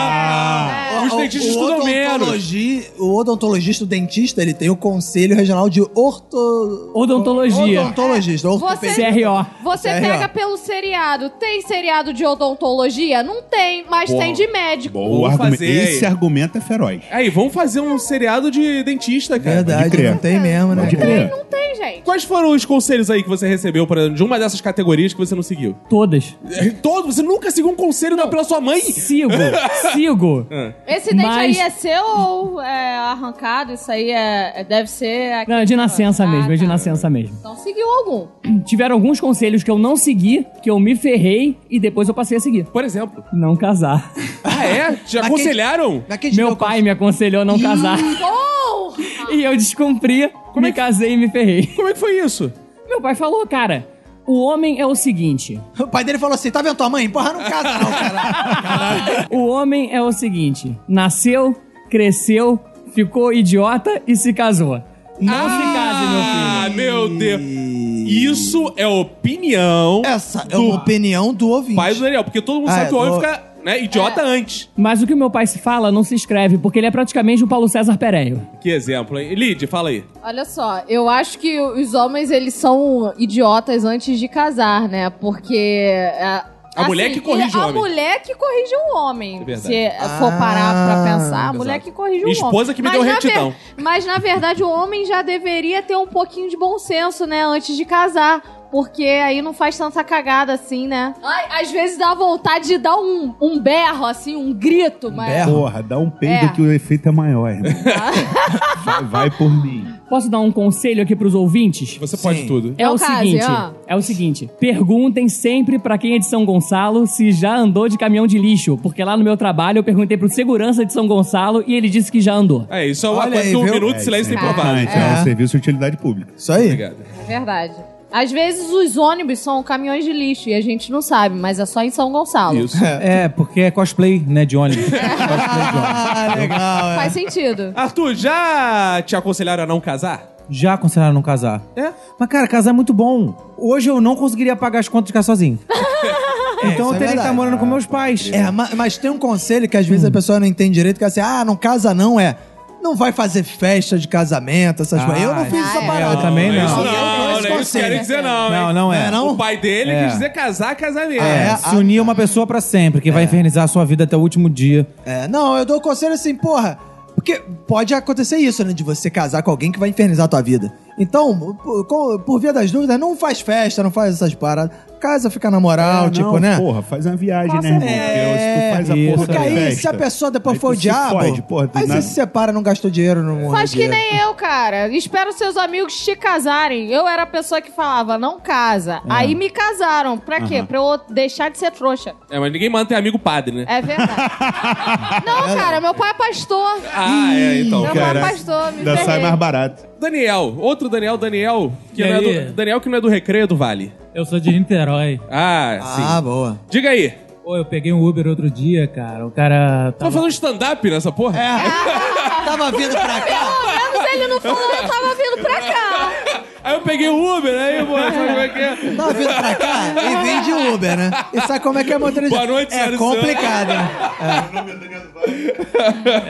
não. os dentistas estudam menos.
odontologi- O odontologista, o dentista, ele tem o Conselho Regional de Orto...
Odontologia.
Odontologista, ortopedista.
Você-
CRO.
Você
É, ó.
pega pelo seriado. Tem seriado de odontologia? Não tem, mas
Boa.
tem de médico.
Bom, o argumento-
fazer aí.
Esse argumento é feroz.
Aí, vamos fazer um seriado de dentista, cara.
Verdade,
crer.
não tem mesmo, né?
Pode
cara?
crer.
Não tem, gente.
Quais foram os conselhos aí que você recebeu, por exemplo, de uma dessas categorias que você não seguiu?
Todas.
É,
Todo, você nunca seguiu um conselho dado pela sua mãe?
Sigo, sigo.
Esse dente aí
Mas-
é seu ou é arrancado? Isso aí é, é- deve ser. aqui-
Não, é de nascença
Ah,
mesmo, é de
tá.
nascença mesmo.
Então seguiu algum.
Tiveram alguns conselhos que eu não segui, que eu me ferrei e depois eu passei a seguir.
Por exemplo.
Não casar.
Ah, é? Te
Mas
aconselharam?
Naquele
Meu pai me aconselhou a não casar. E eu descumpri, me casei e me ferrei.
Como é que foi isso?
Meu pai falou, cara, o homem é o seguinte.
O pai dele falou assim: tá vendo tua mãe? Porra, não casa não, cara.
O homem é o seguinte: nasceu, cresceu, ficou idiota e se casou. Não se case, meu filho.
Ah,
assim,
meu Deus. Isso é opinião
Essa é uma opinião do ouvinte.
pai do Daniel, porque todo mundo
Ah,
sabe que o
é,
homem
do- É.
fica né, idiota antes.
Mas o que o meu pai se fala não se escreve, porque ele é praticamente o Paulo César Pereio.
Que exemplo, hein? Lid, fala aí.
Olha só, eu acho que os homens eles são idiotas antes de casar, né? Porque. é,
A mulher que corrige
ele-
o homem.
A mulher que corrige o homem.
É verdade.
se é, for
Ah,
parar pra pensar, a
exato.
mulher que corrige o
Minha
homem.
esposa que me deu
na ver-
retidão.
mas na verdade o homem já deveria ter um pouquinho de bom senso, né? Antes de casar. Porque aí não faz tanta cagada assim, né? Ai, às vezes dá vontade de dar um, um berro, assim, um grito, mas.
Porra, dá um peido
É.
que o efeito é maior, irmão. vai, vai por mim.
Posso dar um conselho aqui pros ouvintes?
Você pode tudo.
É
Não
o
case,
seguinte,
ó.
é o seguinte. Perguntem sempre pra quem é de São Gonçalo se já andou de caminhão de lixo, porque lá no meu trabalho eu perguntei pro segurança de São Gonçalo e ele disse que já andou.
É, isso é uma
Olha
coisa
aí,
que o
viu?
Minuto de Silêncio tem provado.
importante, é.
É.
um serviço de utilidade pública.
Isso aí.
Obrigado.
Verdade. Às vezes os ônibus são caminhões de lixo e a gente não sabe, mas é só em São Gonçalo.
Isso.
É, porque é cosplay, né, de ônibus.
Ah, legal, é.
Faz sentido.
Arthur, já te aconselharam a não casar?
Já aconselharam não casar.
É.
Mas, cara, casar é muito bom. Hoje eu não conseguiria pagar as contas de ficar sozinho. então
isso é
eu teria que estar
verdade.
morando com meus pais.
É, ma- mas tem um conselho que às vezes a pessoa não entende direito, que é assim, ah, não casa não, é. Não vai fazer festa de casamento, essas
Ah,
coisas. Eu não fiz
é.
essa
Eu
parada.
também não.
Isso não,
Eu dou
não,
esse
isso
conselho.
querem dizer não,
Não,
hein?
não
Não
é.
é não?
O pai dele
É.
quis dizer casar, casar mesmo.
É,
É,
se unir a uma pessoa pra sempre, que vai infernizar a sua vida até o último dia.
É, não, eu dou o conselho assim, porra. Porque pode acontecer isso, né? De você casar com alguém que vai infernizar a tua vida. Então, por, com- por via das dúvidas, não faz festa, não faz essas paradas. Casa fica na moral,
É,
tipo,
não,
né?
Porra, faz uma viagem, né, irmão?
É,
Porque se tu faz a
isso,
porra
Porque
da
aí,
festa,
se a pessoa depois
aí
for o
tu se
diabo,
fode, porra, tu
aí
nada-
você se separa, não gastou dinheiro, não morreu
Faz que
dinheiro.
nem eu, cara. Espero seus amigos te casarem. Eu era a pessoa que falava, não casa. Aí me casaram. Pra quê? Pra eu deixar de ser trouxa.
É, mas ninguém mantém amigo padre, né?
É verdade. não, cara, meu pai é pastor.
Ah, é, então.
meu
cara,
pai é pastor, me
Ainda sai
ferrei.
mais barato.
Daniel, outro Daniel, Daniel, que
E
não é
aí?
do, Daniel que não é do Recreio do Vale.
Eu sou de Niterói.
Ah,
Ah,
sim.
boa.
Diga aí,
Pô, eu peguei um Uber outro dia, cara. O cara
tá
tava.
falando stand-up nessa porra? É.
Tava vindo pra cá.
Pelo menos ele não falou, eu tava vindo pra cá.
Aí eu peguei o Uber, aí, pô, sabe como é que é?
Tava vindo pra cá e vende o Uber, né? E sabe como é que é motorista?
Boa noite,
É
senhoras e senhores.
complicado, né?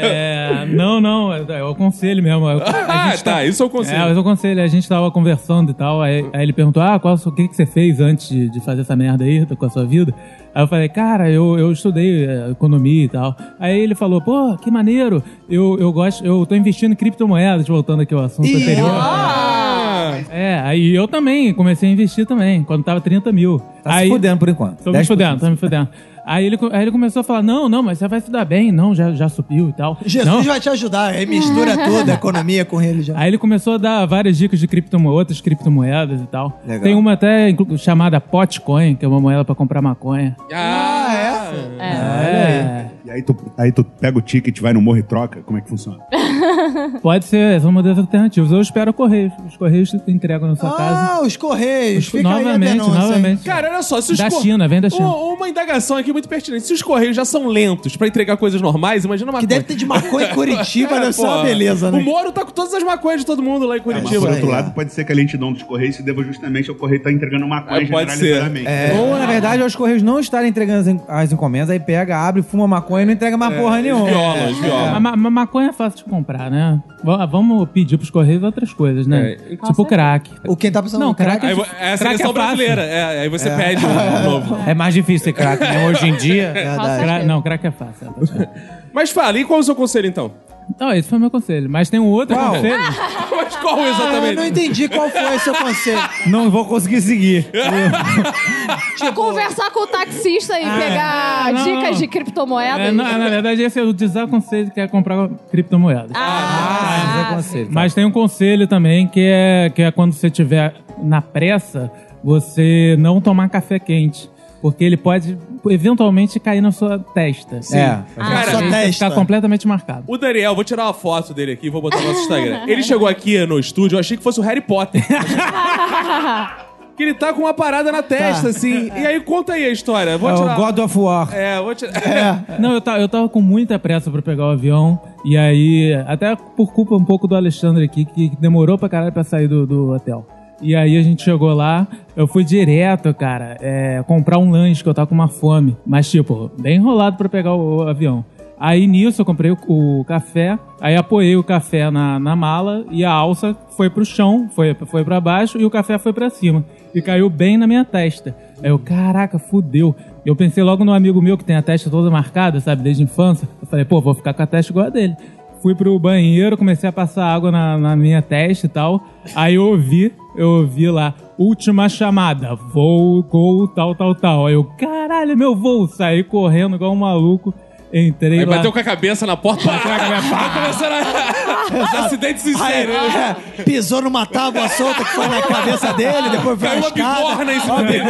É, não, não, é o conselho mesmo. é o- a
Ah,
gente
tá, isso eu consigo.
É, mas eu aconselho, a gente tava conversando e tal, aí, aí ele perguntou, ah, qual, o que, que você fez antes de, de fazer essa merda aí com a sua vida? Aí eu falei, cara, eu, eu estudei é, economia e tal. Aí ele falou, pô, que maneiro, eu, eu gosto, eu tô investindo em criptomoedas, voltando aqui ao assunto
Ih,
anterior.
Ah,
É, aí eu também, comecei a investir também, quando tava 30 mil.
Tá
aí,
se fudendo por enquanto.
Tô me
10%.
fudendo, tô me fudendo. Aí ele, co- aí ele começou a falar, não, não, mas você vai se dar bem, não, já, já subiu e tal.
Jesus
não,
vai te ajudar. Aí mistura tudo, economia com religião.
Aí ele começou a dar várias dicas de criptomo outras criptomoedas e tal.
Legal.
Tem uma até inclu- chamada Potcoin, que é uma moeda pra comprar maconha.
Ah,
ah,
essa?
É,
E aí tu, aí tu pega o ticket, vai no morro e troca? Como é que funciona?
pode ser, é são modelos alternativos. Eu espero o correio. Os correios te entregam
Tá,
na sua casa.
Ah, os Correios.
Os-
Fica aí a
novamente,
denúncia, hein?
novamente.
Cara, olha só, se os
Da
cor-
China, vem da China.
Uma, uma indagação aqui muito pertinente. Se os correios já são lentos pra entregar coisas normais, imagina uma
Que deve ter de maconha em Curitiba, deve ser uma beleza,
O
né?
Moro tá com todas as maconhas de todo mundo lá em
Mas
Curitiba.
por
aí,
outro
é.
lado, pode ser que a lentidão dos Correios se deva justamente ao Correio estar entregando uma coisa
Ah, pode ser.
generalizadamente.
Ou, na verdade, os correios não estarem entregando as, en- as encomendas, aí pega, abre, fuma maconha e não entrega mais porra
É,
nenhuma.
Violas,
A
violas.
ma- ma- maconha é fácil de comprar, né? Va- Vamos pedir pros correios outras coisas, né?
É,
tipo crack.
O quem tá pensando
Não,
no
crack,
Aí, vo-
é
essa é a
crack é
questão
fácil.
brasileira. É, aí você pede um novo.
É mais difícil ser craque, né? Hoje em dia.
Verdade.
Cra- não, crack é fácil. é fácil.
Mas fala, e qual é o seu conselho então?
Então, esse foi o meu conselho. Mas tem um outro
Qual?
conselho.
Mas qual
Eu Ah, não
exatamente?
entendi qual foi o seu conselho.
Não vou conseguir seguir.
Conversar com o taxista e pegar
não,
dicas
não.
de criptomoedas.
É, na, na verdade, esse é o desaconselho que é comprar criptomoedas.
Ah,
Ah,
conselho.
Mas tem um conselho também que é, que é quando você estiver na pressa, você não tomar café quente. Porque ele pode eventualmente cair na sua testa.
É.
Cara,
Aí
Ah, sua
você
testa.
ficar completamente marcado.
O Daniel, vou tirar uma foto dele aqui e vou botar no nosso Instagram. Ele chegou aqui no estúdio, eu achei que fosse o Harry Potter. que ele tá com uma parada na testa,
Tá.
assim. E aí, conta aí a história. Vou
É o
tirar...
God of War.
É, vou tirar...
Não, eu tava, eu tava com muita pressa pra pegar o avião. E aí, até por culpa um pouco do Alexandre aqui, que demorou pra caralho pra sair do, do hotel. E aí a gente chegou lá, eu fui direto, cara, é, comprar um lanche, que eu tava com uma fome. Mas, tipo, bem enrolado pra pegar o, o avião. Aí nisso eu comprei o, o café, aí apoiei o café na, na mala e a alça foi pro chão, foi, foi para baixo e o café foi pra cima. E caiu bem na minha testa. Aí eu, caraca, fudeu. Eu pensei logo num amigo meu que tem a testa toda marcada, sabe, desde a infância. Eu falei, pô, vou ficar com a testa igual a dele. Fui pro banheiro, comecei a passar água na, na minha testa e tal. Aí eu ouvi, eu ouvi lá, última chamada, voo, gol, tal, tal, tal. Aí eu, caralho, meu voo, saí correndo igual um maluco. Entrei
Aí
lá.
bateu com a cabeça na porta. Tá começando a... Acidentes em
Aí,
série. né?
é, pisou numa tábua solta que foi na cabeça dele, depois foi
Caiu
uma
uma
escada.
bigorna em cima dele.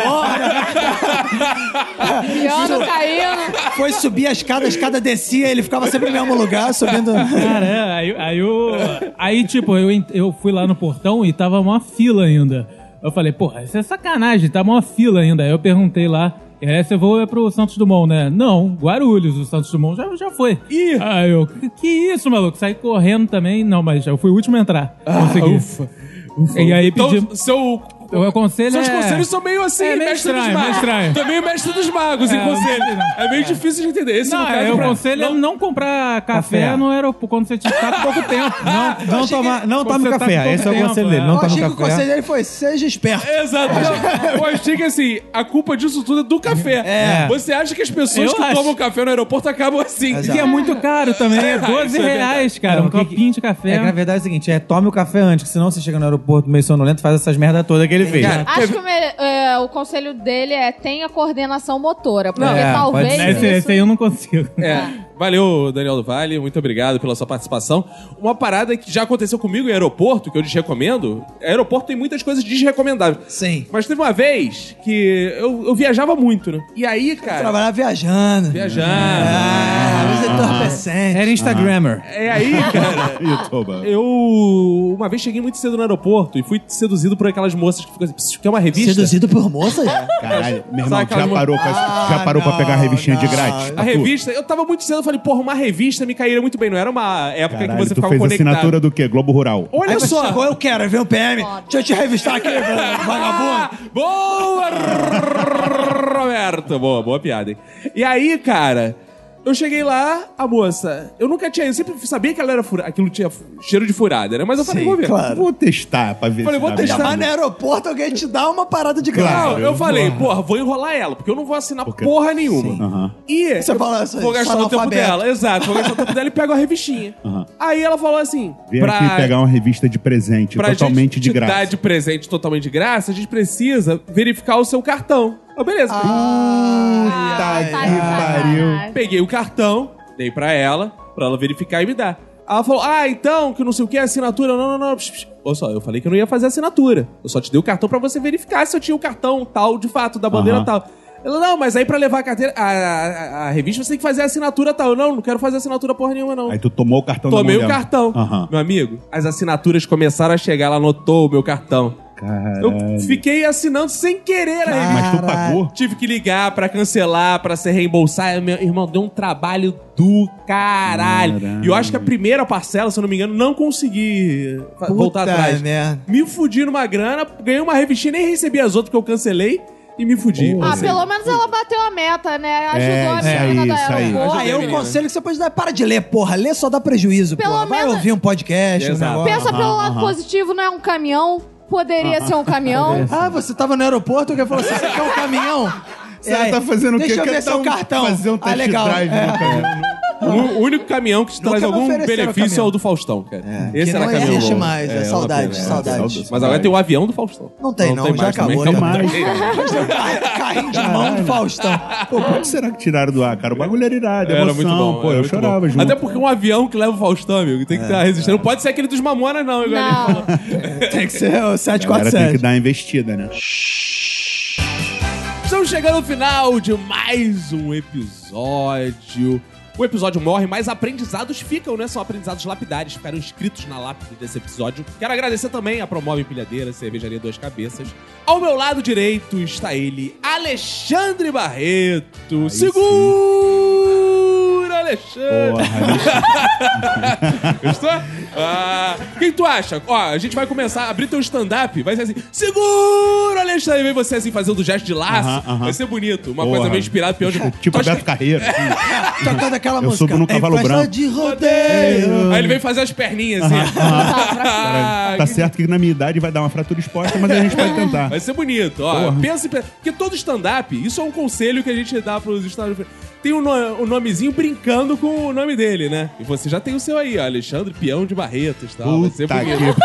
Piano caindo.
Foi subir a escada, a escada descia, ele ficava sempre no mesmo lugar, subindo.
Cara, é, aí, aí, eu, aí tipo, eu, en- eu fui lá no portão e tava uma fila ainda. Eu falei, porra, isso é sacanagem, tá uma fila ainda. Aí eu perguntei lá, e aí você voa é pro Santos Dumont, né? Não, Guarulhos, o Santos Dumont já, já foi.
Ih!
Aí eu, que, que isso, maluco? Saí correndo também. Não, mas eu fui o último a entrar. Consegui.
Ah, ufa,
E aí
então,
pedi...
seu...
O conselho
Seus
é...
conselhos são meio assim,
É, meio
mestre dos
estranho, meio
magos.
estranho.
Também o mestre dos magos em
É,
conselho.
meio estranho.
É meio difícil de entender. Esse
Não,
no caso,
é, o
pra-
conselho é não comprar café,
Café.
no aeroporto quando você tá com pouco tempo. Não,
Não toma, não
Você
tome
tá com
café. Esse é o
pouco
conselho
tempo,
dele.
é.
Não
Eu
tome
achei que o
café.
conselho dele foi: seja esperto.
Exato. Eu achei que assim, a culpa disso tudo é do café.
É.
Você acha que as pessoas
Eu
que
acho.
tomam café no aeroporto acabam assim.
Que é muito caro também,
Ah,
é 12 reais, cara,
É,
um
o que que-
copinho de café.
É que na verdade é o seguinte, é tome o café antes, que senão você chega no aeroporto meio sonolento e faz essas merda toda que ele fez.
Cara,
Acho que o, me- é, o conselho dele é tenha coordenação motora, porque
É,
talvez
pode ser.
isso...
Esse, esse aí eu não consigo.
É. Valeu, Daniel do Vale. Muito obrigado pela sua participação. Uma parada que já aconteceu comigo em aeroporto, que eu desrecomendo. Aeroporto tem muitas coisas desrecomendáveis.
Sim.
Mas teve uma vez que eu, eu viajava muito, né? E aí, cara.
Trabalhar viajando.
Viajando.
Ah, luz entorpecente.
Era Instagrammer.
É aí, cara.
Ih, toba.
Eu uma vez cheguei muito cedo no aeroporto e fui seduzido por aquelas moças que ficam assim, "Pss, quer uma revista?
Seduzido por moça? é?
Caralho, meu
Sabe
irmão,
aquela
já
mo-
parou, pra, já parou pra pegar a revistinha de grátis?
A revista, eu tava muito cedo, eu falei, porra, uma revista me cairia muito bem. Não era uma época
Caralho,
que você
tu
ficava
fez
conectado.
assinatura do quê? Globo Rural.
Olha
Aí você
só.
chegou, eu quero, aí vem o PM. Deixa eu te revistar aqui,
Ah,
vagabundo.
boa, Roberto! Boa, boa piada, hein? E aí, cara, eu cheguei lá, a moça, eu nunca tinha, eu sempre sabia que ela era furada, aquilo tinha fu- cheiro de furada, né? Mas eu falei, vou ver.
claro.
Vou testar pra ver
Falei,
se
vou
dá
testar.
merda.
Mas no aeroporto alguém te dá uma parada de
Claro.
graça.
Não, eu falei, porra, vou enrolar ela, porque eu não vou assinar
Porque- é
porra nenhuma.
Aham.
E
Você
eu
fala isso aí,
vou gastar
só
o tempo
analfabeto.
dela, exato, vou gastar o tempo dela e pego a revistinha.
Aham.
Aí ela falou assim,
Vem
pra...
aqui pegar uma revista de presente,
pra
totalmente
gente
de
te
graça.
dar de presente totalmente de graça, a gente precisa verificar o seu cartão. Ah, beleza.
Puta
Ah, tá de
é um que pariu.
sacanagem.
Peguei o cartão, dei pra ela, pra ela verificar e me dar. Ela falou, ah, então, que não sei o que, assinatura, não, não, não. Psh, psh. Olha só, eu falei que eu não ia fazer assinatura. Eu só te dei o cartão pra você verificar se eu tinha o cartão tal, de fato, da bandeira
Aham.
tal. Ela, não, mas aí pra levar a carteira, a, a- a revista, você tem que fazer a assinatura tal. Eu, não, não quero fazer assinatura porra nenhuma, não.
Aí tu tomou o cartão da
Tomei o
mulher.
cartão.
Aham.
Meu amigo, as assinaturas começaram a chegar, ela anotou o meu cartão. Eu
Caralho.
fiquei assinando sem querer né, a revista.
Mas tu pagou?
Tive que ligar pra cancelar, pra ser reembolsar. Meu irmão, deu um trabalho do caralho.
Caralho.
E eu acho que a primeira parcela, se eu não me engano, não consegui
tá.
fa-
Puta
voltar atrás.
merda.
Me fudi numa grana, ganhei uma revistinha, nem recebi as outras que eu cancelei e me fudi.
Ah, pelo menos ela bateu a meta, né? Ajudou
É,
a
isso
menina
aí,
do
isso aí.
aeroporto.
Ah, é um
menina.
conselho que você pode dar. Para de ler, porra. Ler só dá prejuízo,
Pelo
porra. Vai
menos-
ouvir um podcast, um
Exato.
negócio.
Pensa
Aham,
pelo lado
aham.
positivo, não é um caminhão? Poderia ser um caminhão.
Ah, você tava no aeroporto e falou assim: você quer um caminhão?
Você tá fazendo o quê?
É, Deixa eu
Quer
ver
dar
seu
um-
cartão.
Fazer um
ah,
test
legal.
drive
É.
no cartão.
O único caminhão que te
Nunca
traz
me
algum
ofereceram
benefício é
caminhão.
o do Faustão, cara.
É, que não
caminhão
existe
bom.
mais, é
uma
saudade,
pena,
saudade.
Mas agora tem o avião do Faustão.
Não tem, não, já
mais né?
acabou, né?
também.
já
Tem
acabou.
mais.
Carrinho de mão do Faustão.
Pô, por que será que tiraram do ar, cara? O bagulho era irado,
Era
emoção,
muito bom.
pô,
era
eu
muito
chorava
bom.
junto.
Até porque um avião que leva o Faustão, amigo,
É,
tem que estar resistindo. Não pode ser aquele dos Mamonas, não. igual ele falou.
Tem que ser o
A galera tem que
747.
dar uma investida, né?
Estamos chegando ao final de mais um episódio. O episódio morre, mas aprendizados ficam, né? São aprendizados lapidares, ficaram escritos na lápide desse episódio. Quero agradecer também a Promove Empilhadeira, Cervejaria Duas Cabeças. Ao meu lado direito está ele, Alexandre Barreto. Segura, Alexandre!
Porra,
Gostou? Ah, quem tu acha? Ó, a gente vai começar a abrir teu stand-up. Vai ser assim: segura, Alexandre. Vem você assim fazendo o gesto de laço.
Aham, aham.
Vai ser bonito. Uma
Porra.
coisa meio inspirada, pior de
tipo
Tu acha
Beto Carreiro. assim.
Tocando aquela
Eu
música.
subo no cavalo
Em festa
branco.
de
que-
rodeio.
Aí ele vem fazer as perninhas assim.
Ah, Cara, tá certo que na minha idade vai dar uma fratura exposta, mas a gente pode tentar.
Vai ser bonito, ó.
Porra.
Pensa em. pe- Porque todo stand-up, isso é um conselho que a gente dá pros stand-up. Tem um, no- um nomezinho brincando com o nome dele, né? E você já tem o seu aí, ó. Alexandre Peão de Barretos, tal. Vai ser
Puta
bonito.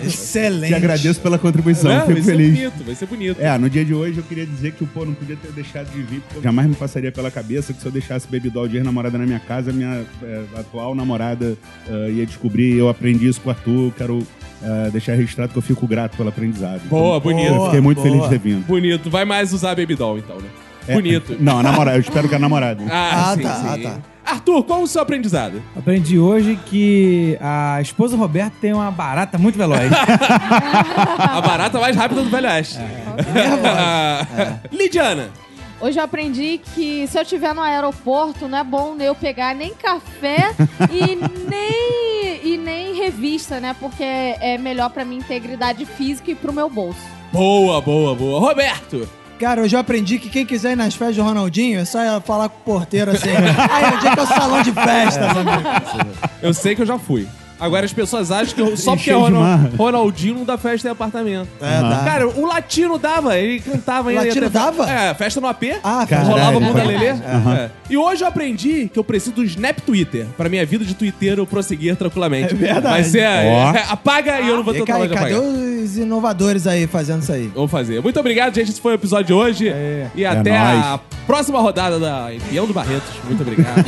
que
Excelente.
Te agradeço pela contribuição,
Né? Vai
fico
ser
feliz.
bonito, vai ser bonito.
É, no dia de hoje eu queria dizer que o pô não podia ter deixado de vir, porque jamais me passaria pela cabeça que se eu deixasse Baby Doll de namorada na minha casa, minha eh, atual namorada eh, ia descobrir. Eu aprendi isso com o Arthur, quero eh, deixar registrado que eu fico grato pelo aprendizado.
Boa,
Então,
bonito.
eu fiquei muito
Boa,
feliz de
boa.
ter vindo.
Bonito. Vai mais usar Baby Doll, então, né?
É.
Bonito.
Não, a namorada, eu espero que a namorada.
Ah, tá, ah, tá.
Arthur, qual o seu aprendizado?
Aprendi hoje que a esposa do Roberto tem uma barata muito veloz.
Ah.
A barata mais rápida do Velho Oeste.
É,
Lidiana.
Hoje eu aprendi que se eu estiver no aeroporto, não é bom eu pegar nem café e nem, e nem revista, né? Porque é melhor pra minha integridade física e pro meu bolso.
Boa, boa, boa. Roberto.
Cara, eu já aprendi que quem quiser ir nas festas do Ronaldinho é só falar com o porteiro assim. Aí, onde é que é o salão de festas, amigo?
Eu sei que eu já fui. Agora as pessoas acham que eu- só porque é
Encheu de
Ah.
Ronal-
marra.
Ronaldinho não dá festa em apartamento.
É, dá.
Cara, o latino dava, ele cantava ainda.
Latino
ia ter fe-
dava?
É, festa no AP.
Ah,
Caralho,
Rolava
pode-
bunda lelê.
Aham.
É. E hoje eu aprendi que eu preciso do Snap Twitter pra minha vida de Twitter eu prosseguir tranquilamente.
É verdade.
Mas é,
Ó.
é, apaga e eu não vou
E
tentar
cara,
mais
cadê
apagar.
os inovadores aí fazendo isso aí?
Vamos fazer. Muito obrigado, gente. Esse foi o episódio de hoje.
É.
E até
nóis.
a próxima rodada da Peão do Barretos. Muito obrigado.